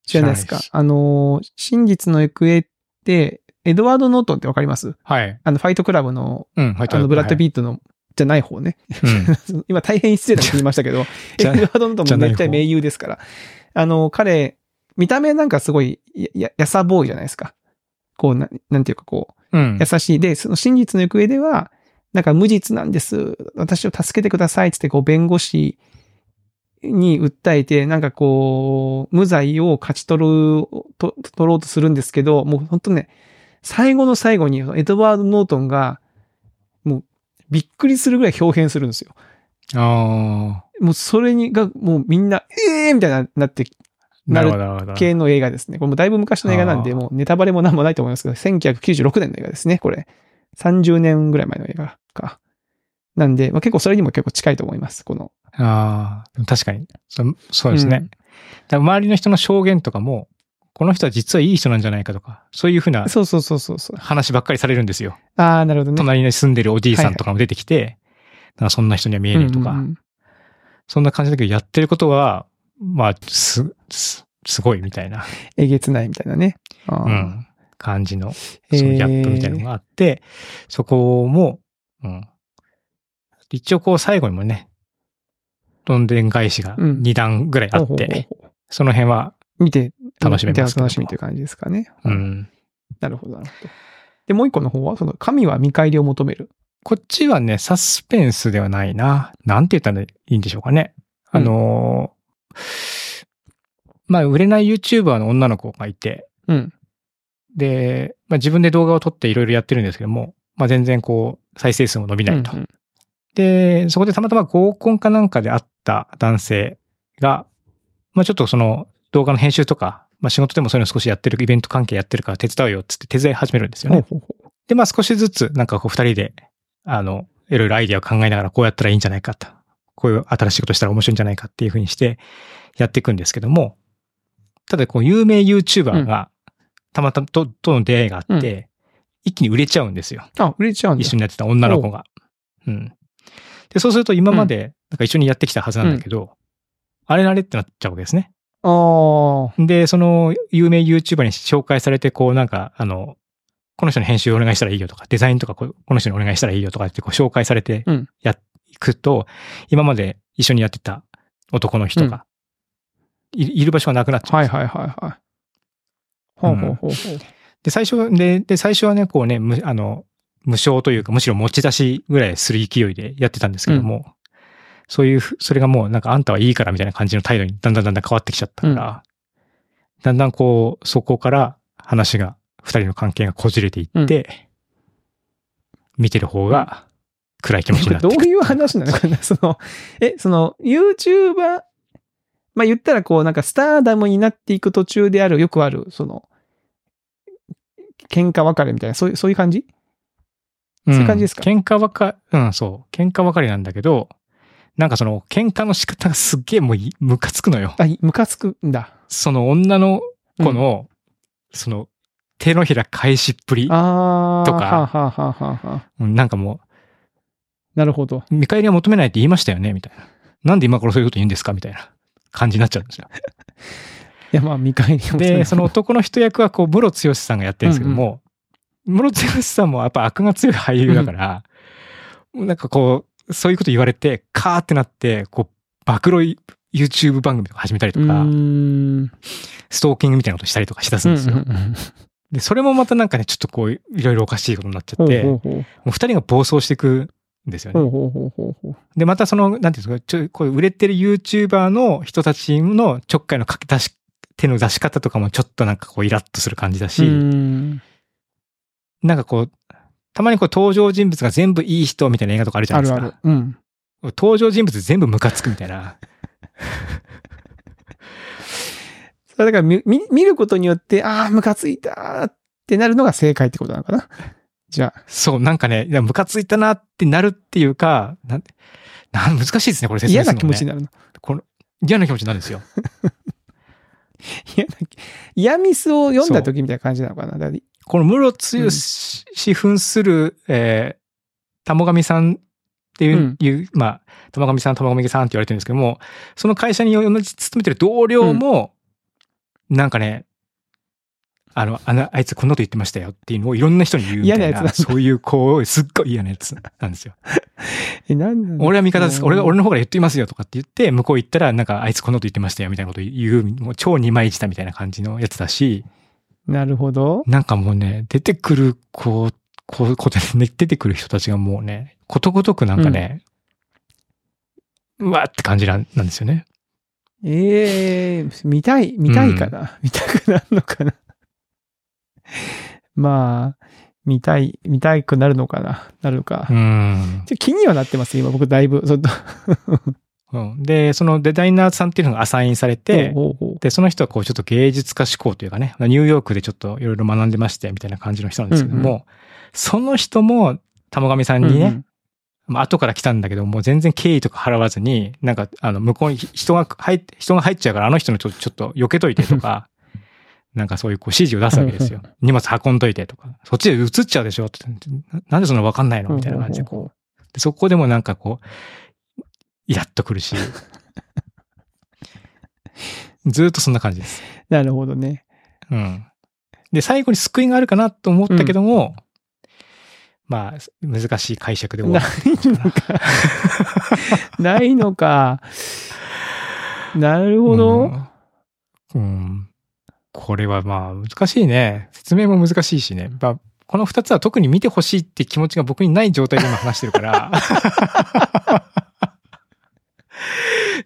Speaker 2: 知らないですか。
Speaker 1: 知ら
Speaker 2: あのー、真実の行方って、エドワード・ノートンってわかります
Speaker 1: はい。
Speaker 2: あの、ファイトクラブの、
Speaker 1: うん、はい。
Speaker 2: あの、ブラッド・
Speaker 1: ー。
Speaker 2: ピートの、じゃない方ね。
Speaker 1: うん
Speaker 2: 今大変失礼なこと言いましたけど、エ
Speaker 1: じ
Speaker 2: ド
Speaker 1: ゃ
Speaker 2: ワード・ノー
Speaker 1: じ
Speaker 2: ト
Speaker 1: ゃ
Speaker 2: ンも
Speaker 1: ない方
Speaker 2: 絶対名優ですから。あの、彼、見た目なんかすごい、や、や、やさぼうじゃないですか。こう、ななんていうかこう、
Speaker 1: うん。
Speaker 2: 優しい。で、その真実の行方では、なんか無実なんです。私を助けてください。つって、こう、弁護士に訴えて、なんかこう、無罪を勝ち取る、と取ろうとするんですけど、もう本当ね、最後の最後に、エドワード・ノートンが、もう、びっくりするぐらい表現するんですよ。
Speaker 1: あ
Speaker 2: もうそれにが、もうみんな、ええー、みたいな、なって、
Speaker 1: あ。なるほど、なるほど。
Speaker 2: 系の映画ですね。これもだいぶ昔の映画なんで、
Speaker 1: あー
Speaker 2: もうネタバレもなんもないと思いますけど、1996年の映画ですね、これ。30年ぐらい前の映画か。なんで、まあ、結構それにも結構近いと思います、この。
Speaker 1: ああ、確かに。そそうですね。
Speaker 2: うん
Speaker 1: だから周りの人の証言とかも、この人は実はいい人なんじゃないかとか、そういうふうな
Speaker 2: そうそうそうそうそう。
Speaker 1: 話ばっかりされるんですよ。
Speaker 2: ああ、なるほどね。
Speaker 1: 隣に住んでるおじいさんとかも出てきて、なんかそんな人には見えねえとか、
Speaker 2: うんうんうん
Speaker 1: そんな感じだけど、やってることは、まあ、す、す、すごいみたいな、
Speaker 2: えげつないみたいなね。あー
Speaker 1: うん、感じの、そ
Speaker 2: へー
Speaker 1: のギャップみたいなのがあって、そこも、うん。一応こう最後にもね、どんでん返しが
Speaker 2: うん
Speaker 1: 2段ぐらいあ
Speaker 2: ほう
Speaker 1: っ
Speaker 2: ほう
Speaker 1: て、
Speaker 2: ほうほ
Speaker 1: その辺は、
Speaker 2: う見て、
Speaker 1: 楽しめますけども
Speaker 2: 見て楽しみという感じですかね。
Speaker 1: うん。
Speaker 2: なるほど、なるほど。で、もう一個の方は、その、神は見返りを求める。
Speaker 1: こっちはね、サスペンスではないな。なんて言ったらいいんでしょうかね。あのーまあ、売れない YouTuber の女の子がいて、
Speaker 2: うん。
Speaker 1: で、まあ、自分で動画を撮っていろいろやってるんですけども、まあ、全然こう、再生数も伸びないと。
Speaker 2: うんうん
Speaker 1: で、そこでたまたま合コンかなんかで会った男性が、まあ、ちょっとその動画の編集とか、まあ、仕事でもそういうの少しやってる、イベント関係やってるから手伝うよっつって手伝い始めるんですよね。
Speaker 2: ほうほうほう
Speaker 1: で、まあ少しずつ、なんかこう二人で、あの、いろいろアイデアを考えながらこうやったらいいんじゃないかと。こういう新しいことしたら面白いんじゃないかっていうふうにしてやっていくんですけども、ただこう有名 YouTuber がたまたまととの出会いがあって、一気に売れちゃうんですよ。
Speaker 2: あ、売れちゃうんだ
Speaker 1: 一緒にやってた女の子が。うん。で、そうすると今まで、なんか一緒にやってきたはずなんだけど、あれあれってなっちゃうわけですね。
Speaker 2: ああ。
Speaker 1: で、その有名 YouTuber に紹介されて、こうなんか、あの、この人に編集お願いしたらいいよとか、デザインとかこうこの人にお願いしたらいいよとかってこう紹介されて
Speaker 2: うん
Speaker 1: やっていくと、今まで一緒にやってた男の人が、いいる場所がなくなっちゃう。
Speaker 2: はいはいはいはい。ほうほうほうほう。
Speaker 1: で、最初、で、で、最初はね、こうね、むあの、無償というか、むしろ持ち出しぐらいする勢いでやってたんですけども、そういうふ、それがもうなんかあんたはいいからみたいな感じの態度にだんだんだんだん変わってきちゃったから、だんだんこう、そこから話が、二人の関係がこじれていって、見てる方が暗い気持ちになって
Speaker 2: ど
Speaker 1: く
Speaker 2: ういう話なのかな その、え、その、YouTuber、まあ、言ったらこう、なんかスターダムになっていく途中である、よくある、その、喧嘩別れみたいな、そういう、そういう感じ
Speaker 1: うん
Speaker 2: そういう感じですか
Speaker 1: 喧嘩ばか、うん、そう。喧嘩ばかりなんだけど、なんかその、喧嘩の仕方がすっげえもういムカつくのよ。
Speaker 2: あ、いムカつくんだ。
Speaker 1: その女の
Speaker 2: うん
Speaker 1: 子の、その、手のひら返しっぷり。
Speaker 2: ああ。
Speaker 1: とか
Speaker 2: はあはあはあはあはあ
Speaker 1: うんなんかも
Speaker 2: なるほど。
Speaker 1: う、見返りは求めないって言いましたよねみたいな。なんで今頃そういうこと言うんですかみたいな感じになっちゃうん ですよ。
Speaker 2: いや、まあ、見返りを
Speaker 1: で、その、男の人役はこう、室強さんがやってるんですけども、室強さんもやっぱ悪が強い俳優だから、なんかこう、そういうこと言われて、カーってなって、こう、暴露 YouTube 番組とか始めたり
Speaker 2: う
Speaker 1: と
Speaker 2: ー
Speaker 1: か、
Speaker 2: ん。
Speaker 1: ストーキングみたいなことしたりとかしだすんですよ。
Speaker 2: うんうんうん
Speaker 1: で、それもまたなんかね、ちょっとこう、いろいろおかしいことになっちゃ
Speaker 2: ほ
Speaker 1: っ
Speaker 2: う
Speaker 1: て、
Speaker 2: ほうほう。
Speaker 1: もう二人が暴走していくんですよ
Speaker 2: ほ
Speaker 1: ね。
Speaker 2: うほうほうほうほう。
Speaker 1: で、またその、なんていうんですか、ちょこういう売れてる YouTuber の人たちのちょっかいのかけ出し、手の出し方とかもちょっとなんかこうイラッとする感じだし、
Speaker 2: うーん。
Speaker 1: なんかこう、たまにこう登場人物が全部いい人みたいな映画とかあるじゃない
Speaker 2: あ
Speaker 1: です
Speaker 2: るあ
Speaker 1: か。
Speaker 2: る。うん。
Speaker 1: 登場人物全部ムカつくみたいな。
Speaker 2: それだから見見見ることによって、ああ、ムカついたーってなるのが正解ってことなのかな。じゃあ。
Speaker 1: そう、なんかね、いやムカついたなってなるっていうか、なんて、なん難しいですね、これ説明
Speaker 2: 嫌
Speaker 1: する
Speaker 2: な
Speaker 1: の、ね。
Speaker 2: 気持ちになるの。
Speaker 1: この嫌な気持ちになるんですよ。
Speaker 2: 嫌な気、嫌ミスを読んだ時みたいな感じなのかな。だから
Speaker 1: この室強し、扮する、えー、玉神さんっていう、
Speaker 2: うん
Speaker 1: いうまあ、玉神さん、玉神さんって言われてるんですけども、その会社に同じ勤めてる同僚も、なんかね、あの、あの、あいつこんなこと言ってましたよっていうのをいろんな人に言うみたいな。
Speaker 2: 嫌なやつなんだ
Speaker 1: そういう、こう、すっごい嫌なやつなんですよ。
Speaker 2: え、なんなの
Speaker 1: 俺は味方です。
Speaker 2: うん
Speaker 1: 俺が、俺の方から言ってますよとかって言って、向こう行ったら、なんか、あいつこんなこと言ってましたよみたいなこと言う、もう超二枚舌みたいな感じのやつだし、
Speaker 2: なるほど。
Speaker 1: なんかもうね、出てくる、こう、こう、こう、ね、出てくる人たちがもうね、ことごとくなんかね、うわーって感じなんなんですよね。
Speaker 2: ええ見たい、見たいかな、見たくなるのかな まあ、見たい、見たくなるのかななるのか。
Speaker 1: うん。
Speaker 2: ちょ気にはなってます、今僕だいぶ。その
Speaker 1: うんで、そのデザイナーさんっていうのがアサインされて、
Speaker 2: ほうほうほう
Speaker 1: で、その人はこう、ちょっと芸術家志向というかね、ニューヨークでちょっといろいろ学んでまして、みたいな感じの人なんですけども、
Speaker 2: う
Speaker 1: その人も、玉神さんにね、
Speaker 2: うんうん
Speaker 1: まあ、後から来たんだけど、もう全然敬意とか払わずに、なんか、あの、向こうにひ人が入って、人が入っちゃうから、あの人のちょちょっと避けといてとか、 なんかそういうこう指示を出すわけですよ。荷物運んどいてとか、そっちで移っちゃうでしょって、ななんでそんなわかんないのみたいな感じで、こ
Speaker 2: ほうほうほ
Speaker 1: う。でそこでもなんかこう、イラッとくるし、ずーっとそんな感じです。
Speaker 2: うなるほどね。
Speaker 1: うん。で、最後に救いがあるかなと思ったけども、まあ、難しい解釈で終わ
Speaker 2: な
Speaker 1: る。
Speaker 2: いのか。ないのか。なるほど。
Speaker 1: うん。うんこれはまあ難しいね。説明も難しいしね。まあ、この二つは特に見てほしいって気持ちが僕にない状態で今話してる から。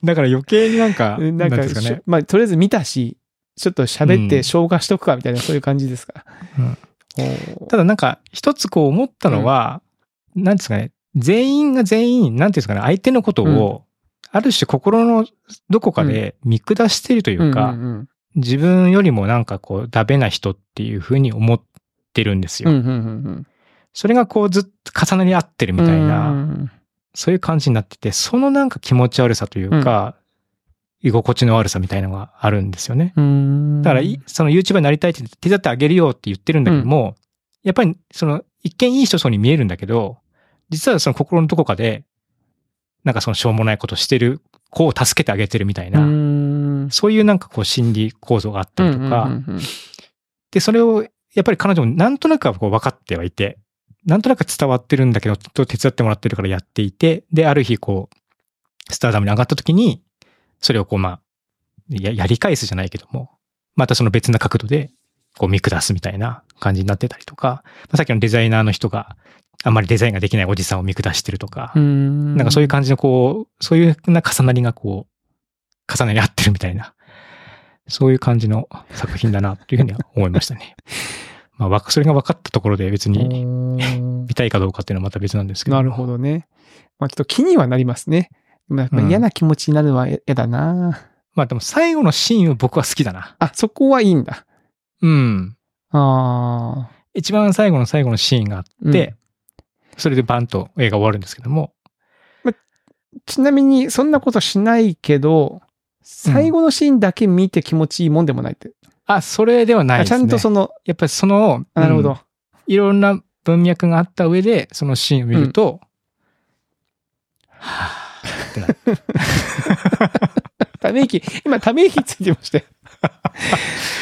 Speaker 1: だから余計になんか、
Speaker 2: うん
Speaker 1: な
Speaker 2: なんん
Speaker 1: ていうん
Speaker 2: か
Speaker 1: ですかね。
Speaker 2: まあ、とりあえず見たし、ちょっと喋っ
Speaker 1: う
Speaker 2: て
Speaker 1: ん
Speaker 2: 消化しとくかみたいな、そういう感じですか。
Speaker 1: うん
Speaker 2: ほう
Speaker 1: ただなんか一つこう思ったのは、なんですかね、全員が全員、なんていうんですかね、相手のことを、ある種心のどこかで見下してるというか、
Speaker 2: んん
Speaker 1: 自分よりもなんかこう、ダメな人っていうふうに思ってるんです
Speaker 2: うん
Speaker 1: よ。
Speaker 2: うんうんうん
Speaker 1: それがこうずっと重なり合ってるみたいな、
Speaker 2: うん
Speaker 1: そういう感じになってて、そのなんか気持ち悪さというか、居心地の悪さみたいのがあるんですよね。
Speaker 2: うん
Speaker 1: だからい、その YouTuber になりたいって手伝ってあげるよって言ってるんだけども、やっぱりその一見いい人そうに見えるんだけど、実はその心のどこかで、なんかそのしょうもないことしてる子を助けてあげてるみたいな、
Speaker 2: うん
Speaker 1: そういうなんかこう心理構造があったりとか、
Speaker 2: うんうんうん
Speaker 1: で、それを、やっぱり彼女もなんとなくはこう分かってはいて、なんとなく伝わってるんだけど、ちょっと手伝ってもらってるからやっていて、で、ある日こう、スターダムに上がった時に、それをこう、まあ、や、やり返すじゃないけども、またその別な角度で、こう見下すみたいな感じになってたりとか、まあさっきのデザイナーの人があんまりデザインができないおじさんを見下してるとか
Speaker 2: う、ん
Speaker 1: なんかそういう感じのこう、そういうふうな重なりがこう、重なり合ってるみたいな、そういう感じの作品だなというふうには思いました ね。まあわか、それが分かったところで別に
Speaker 2: うん
Speaker 1: 見たいかどうかっていうのはまた別なんですけど。
Speaker 2: なるほどね。まあちょっと気にはなりますね。まあやっぱ
Speaker 1: うん
Speaker 2: 嫌な気持ちになるのは嫌だな。
Speaker 1: まあでも最後のシーンは僕は好きだな。
Speaker 2: あ、そこはいいんだ。
Speaker 1: うん。
Speaker 2: ああ。
Speaker 1: 一番最後の最後のシーンがあって、
Speaker 2: うん
Speaker 1: それでバンと映画終わるんですけども。
Speaker 2: ちなみに、そんなことしないけど、最後のシーンだけ見て気持ちいいもんでもないって。
Speaker 1: あ、それではない
Speaker 2: あ
Speaker 1: です
Speaker 2: ち
Speaker 1: ね。
Speaker 2: ゃんとその、
Speaker 1: やっぱりその、
Speaker 2: なるほ
Speaker 1: う
Speaker 2: ど
Speaker 1: ん。いろんな文脈があった上で、そのシーンを見ると、はぁってなる
Speaker 2: ため息、今ため息ついてました よ。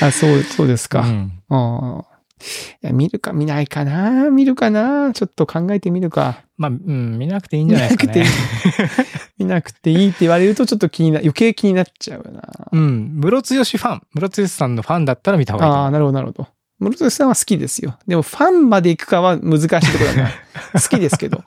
Speaker 2: あ、そう、そうですか。
Speaker 1: うん
Speaker 2: ああ。いや見るか見ないかな見るかなちょっと考えてみるか。
Speaker 1: まあ、うん、見なくていいんじゃないですか
Speaker 2: 見
Speaker 1: ね
Speaker 2: な。見なくていいって言われるとちょっと気にな、余計気になっちゃうな。
Speaker 1: うん。室強しファン。室強しさんのファンだったら見た方がいいと
Speaker 2: あ
Speaker 1: 思
Speaker 2: あ、
Speaker 1: う。
Speaker 2: なるほど、なるほど。室戸さんは好きですよ。でもファンまで行くかは難しいところだ な。好きですけど。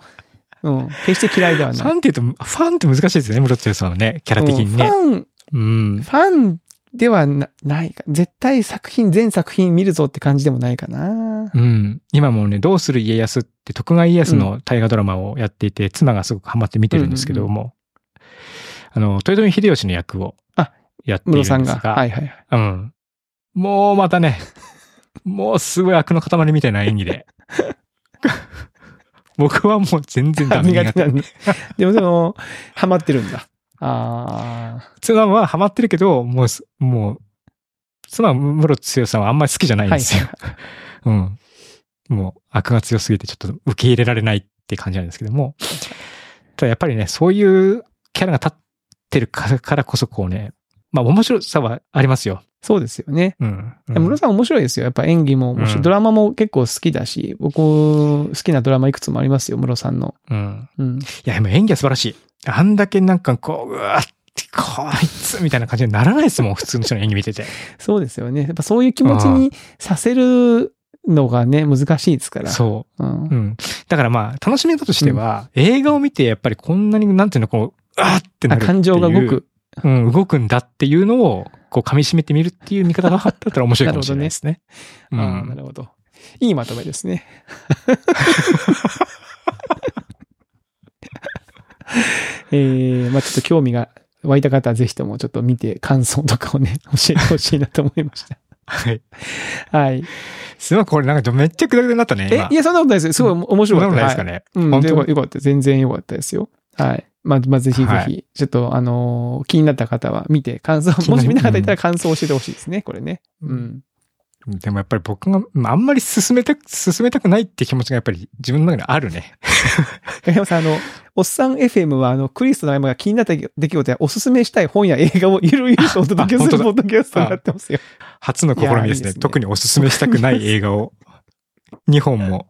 Speaker 2: うん。決して嫌いでは
Speaker 1: フ
Speaker 2: ない。
Speaker 1: ァンって言うと、ファンって難しいですよね、室強しさんはね、キャラ的
Speaker 2: うん
Speaker 1: に
Speaker 2: フ
Speaker 1: ね。
Speaker 2: ァン、
Speaker 1: うん。
Speaker 2: ファンではなないか。絶対作品、全作品見るぞって感じでもないかな。
Speaker 1: うん。今もね、どうする家康って徳川家康の大河ドラマをやっていて、妻がすごくハマって見てるんですけども、あの、豊臣秀吉の役を
Speaker 2: あ
Speaker 1: やっているん
Speaker 2: 室
Speaker 1: ですが、
Speaker 2: さんが。はいはいはい。
Speaker 1: うん。 もうまたね、もうすごい悪の塊みたいな演技で。僕はもう全然ダメ
Speaker 2: 苦
Speaker 1: 苦
Speaker 2: 手
Speaker 1: 手
Speaker 2: な。んだ。でもでも、ハマってるんだ。ああ。
Speaker 1: ツナはハマってるけど、もうす、もう、妻はムロツヨさんはあんまり好きじゃないんですよ。うん。もう、悪が強すぎてちょっと受け入れられないって感じなんですけども。ただやっぱりね、そういうキャラが立ってるからこそこうね、まあ面白さはありますよ。
Speaker 2: そうですよね。
Speaker 1: うん。うん
Speaker 2: でもムロさん面白いですよ。やっぱ演技も面白い。
Speaker 1: うん
Speaker 2: ドラマも結構好きだし、僕、好きなドラマいくつもありますよ、ムロさんの。
Speaker 1: うん。
Speaker 2: うん。
Speaker 1: いや、でも演技は素晴らしい。あんだけなんかこう、うわーって、こいつみたいな感じにならないですもん、普通の人の演技見てて。
Speaker 2: そうですよね。やっぱそういう気持ちにさせるのがね、難しいですから。
Speaker 1: そう。
Speaker 2: う。ん
Speaker 1: う。ん。だからまあ、楽しみ方としては、映画を見てやっぱりこんなに、なんていうの、こう、あーってな
Speaker 2: あ
Speaker 1: るっていう。
Speaker 2: 感情が動く。
Speaker 1: うん、動くんだっていうのを、こう、噛み締めてみるっていう見方があったら面白いかもしれないですね。う。
Speaker 2: ああ、なんるほど。いいまとめで すね。えー、まあちょっと興味が湧いた方はぜひともちょっと見て感想とか をね、教えてほしいなと思いました。
Speaker 1: はい。
Speaker 2: はい。
Speaker 1: すごい、これなんかめっちゃくだくだになったね。
Speaker 2: え、い
Speaker 1: や、
Speaker 2: や、そんなことないですよ。すごい面
Speaker 1: そ
Speaker 2: 白
Speaker 1: ん
Speaker 2: か
Speaker 1: なこ
Speaker 2: った。
Speaker 1: とないですか
Speaker 2: は
Speaker 1: ね。
Speaker 2: いうん、
Speaker 1: 本当
Speaker 2: でもよかった。全然よかったですよ。はい。まあ、まあ、ぜひぜひ、
Speaker 1: は
Speaker 2: ちょっと、あのー気になった方は見て、感想、
Speaker 1: になる
Speaker 2: もし見なかったらいたら感想を教えてほしいですね、これね。うん。
Speaker 1: でもやっぱり僕が、まああんまり進めた、進めたくないって気持ちがやっぱり自分の中にあるね。
Speaker 2: 竹山さん、あの、おっさん FM は、あの、クリスとの山が気になった出来事やおすすめしたい本や映画をゆるゆるとお届けする
Speaker 1: あ
Speaker 2: ポッ
Speaker 1: 本
Speaker 2: ドキャストになってますよ。
Speaker 1: 初の試み
Speaker 2: いやいいで
Speaker 1: ですす
Speaker 2: ね
Speaker 1: ね。特にお勧めしたくない映画 を、2本も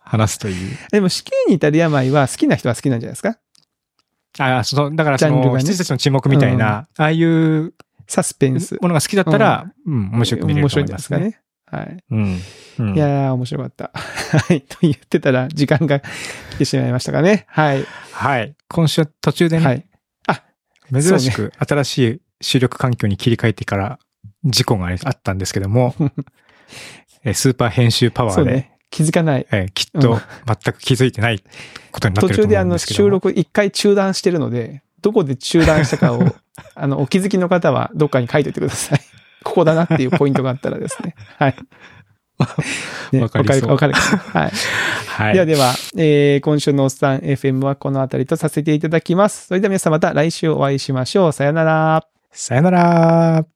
Speaker 1: 話すという。
Speaker 2: でも、死刑に至る病は好きな人は好きなんじゃないですか
Speaker 1: ああ、そう、だからそ
Speaker 2: ジャンルが
Speaker 1: の、
Speaker 2: ね
Speaker 1: 羊たちの沈黙みたいな、ああいう
Speaker 2: サスペンス。
Speaker 1: ものが好きだったら、うん、面白く見れると思いますね。
Speaker 2: 面白いんじゃないですかね。はい。
Speaker 1: うん。うん
Speaker 2: いやー、面白かった。 はい。と言ってたら、時間が来てしまいましたかね。はい。
Speaker 1: はい。今週は途中でね、
Speaker 2: はい。
Speaker 1: 珍しく新しい収録環境に切り替えてから事故があったんですけど も、えスーパー編集パワ
Speaker 2: そ
Speaker 1: ー
Speaker 2: う
Speaker 1: で、
Speaker 2: ね。気づかない。
Speaker 1: えきっ
Speaker 2: う
Speaker 1: と
Speaker 2: ん
Speaker 1: 全く気づいてないことになっ
Speaker 2: 途
Speaker 1: てると
Speaker 2: 中で
Speaker 1: 思
Speaker 2: あ
Speaker 1: うん
Speaker 2: の
Speaker 1: ですけど
Speaker 2: 収
Speaker 1: も、
Speaker 2: 録一回中断してるので、どこで中断したかを、 あの、お気づきの方はどっかに書いておいてください。ここだなっていうポイントがあったらですね。はい。ね
Speaker 1: わかりそう
Speaker 2: わかるわかるはい。
Speaker 1: はい。
Speaker 2: ではでは、えー今週のおっさん FM はこの辺りとさせていただきます。それでは皆さんまた来週お会いしましょう。さよなら。
Speaker 1: さよなら。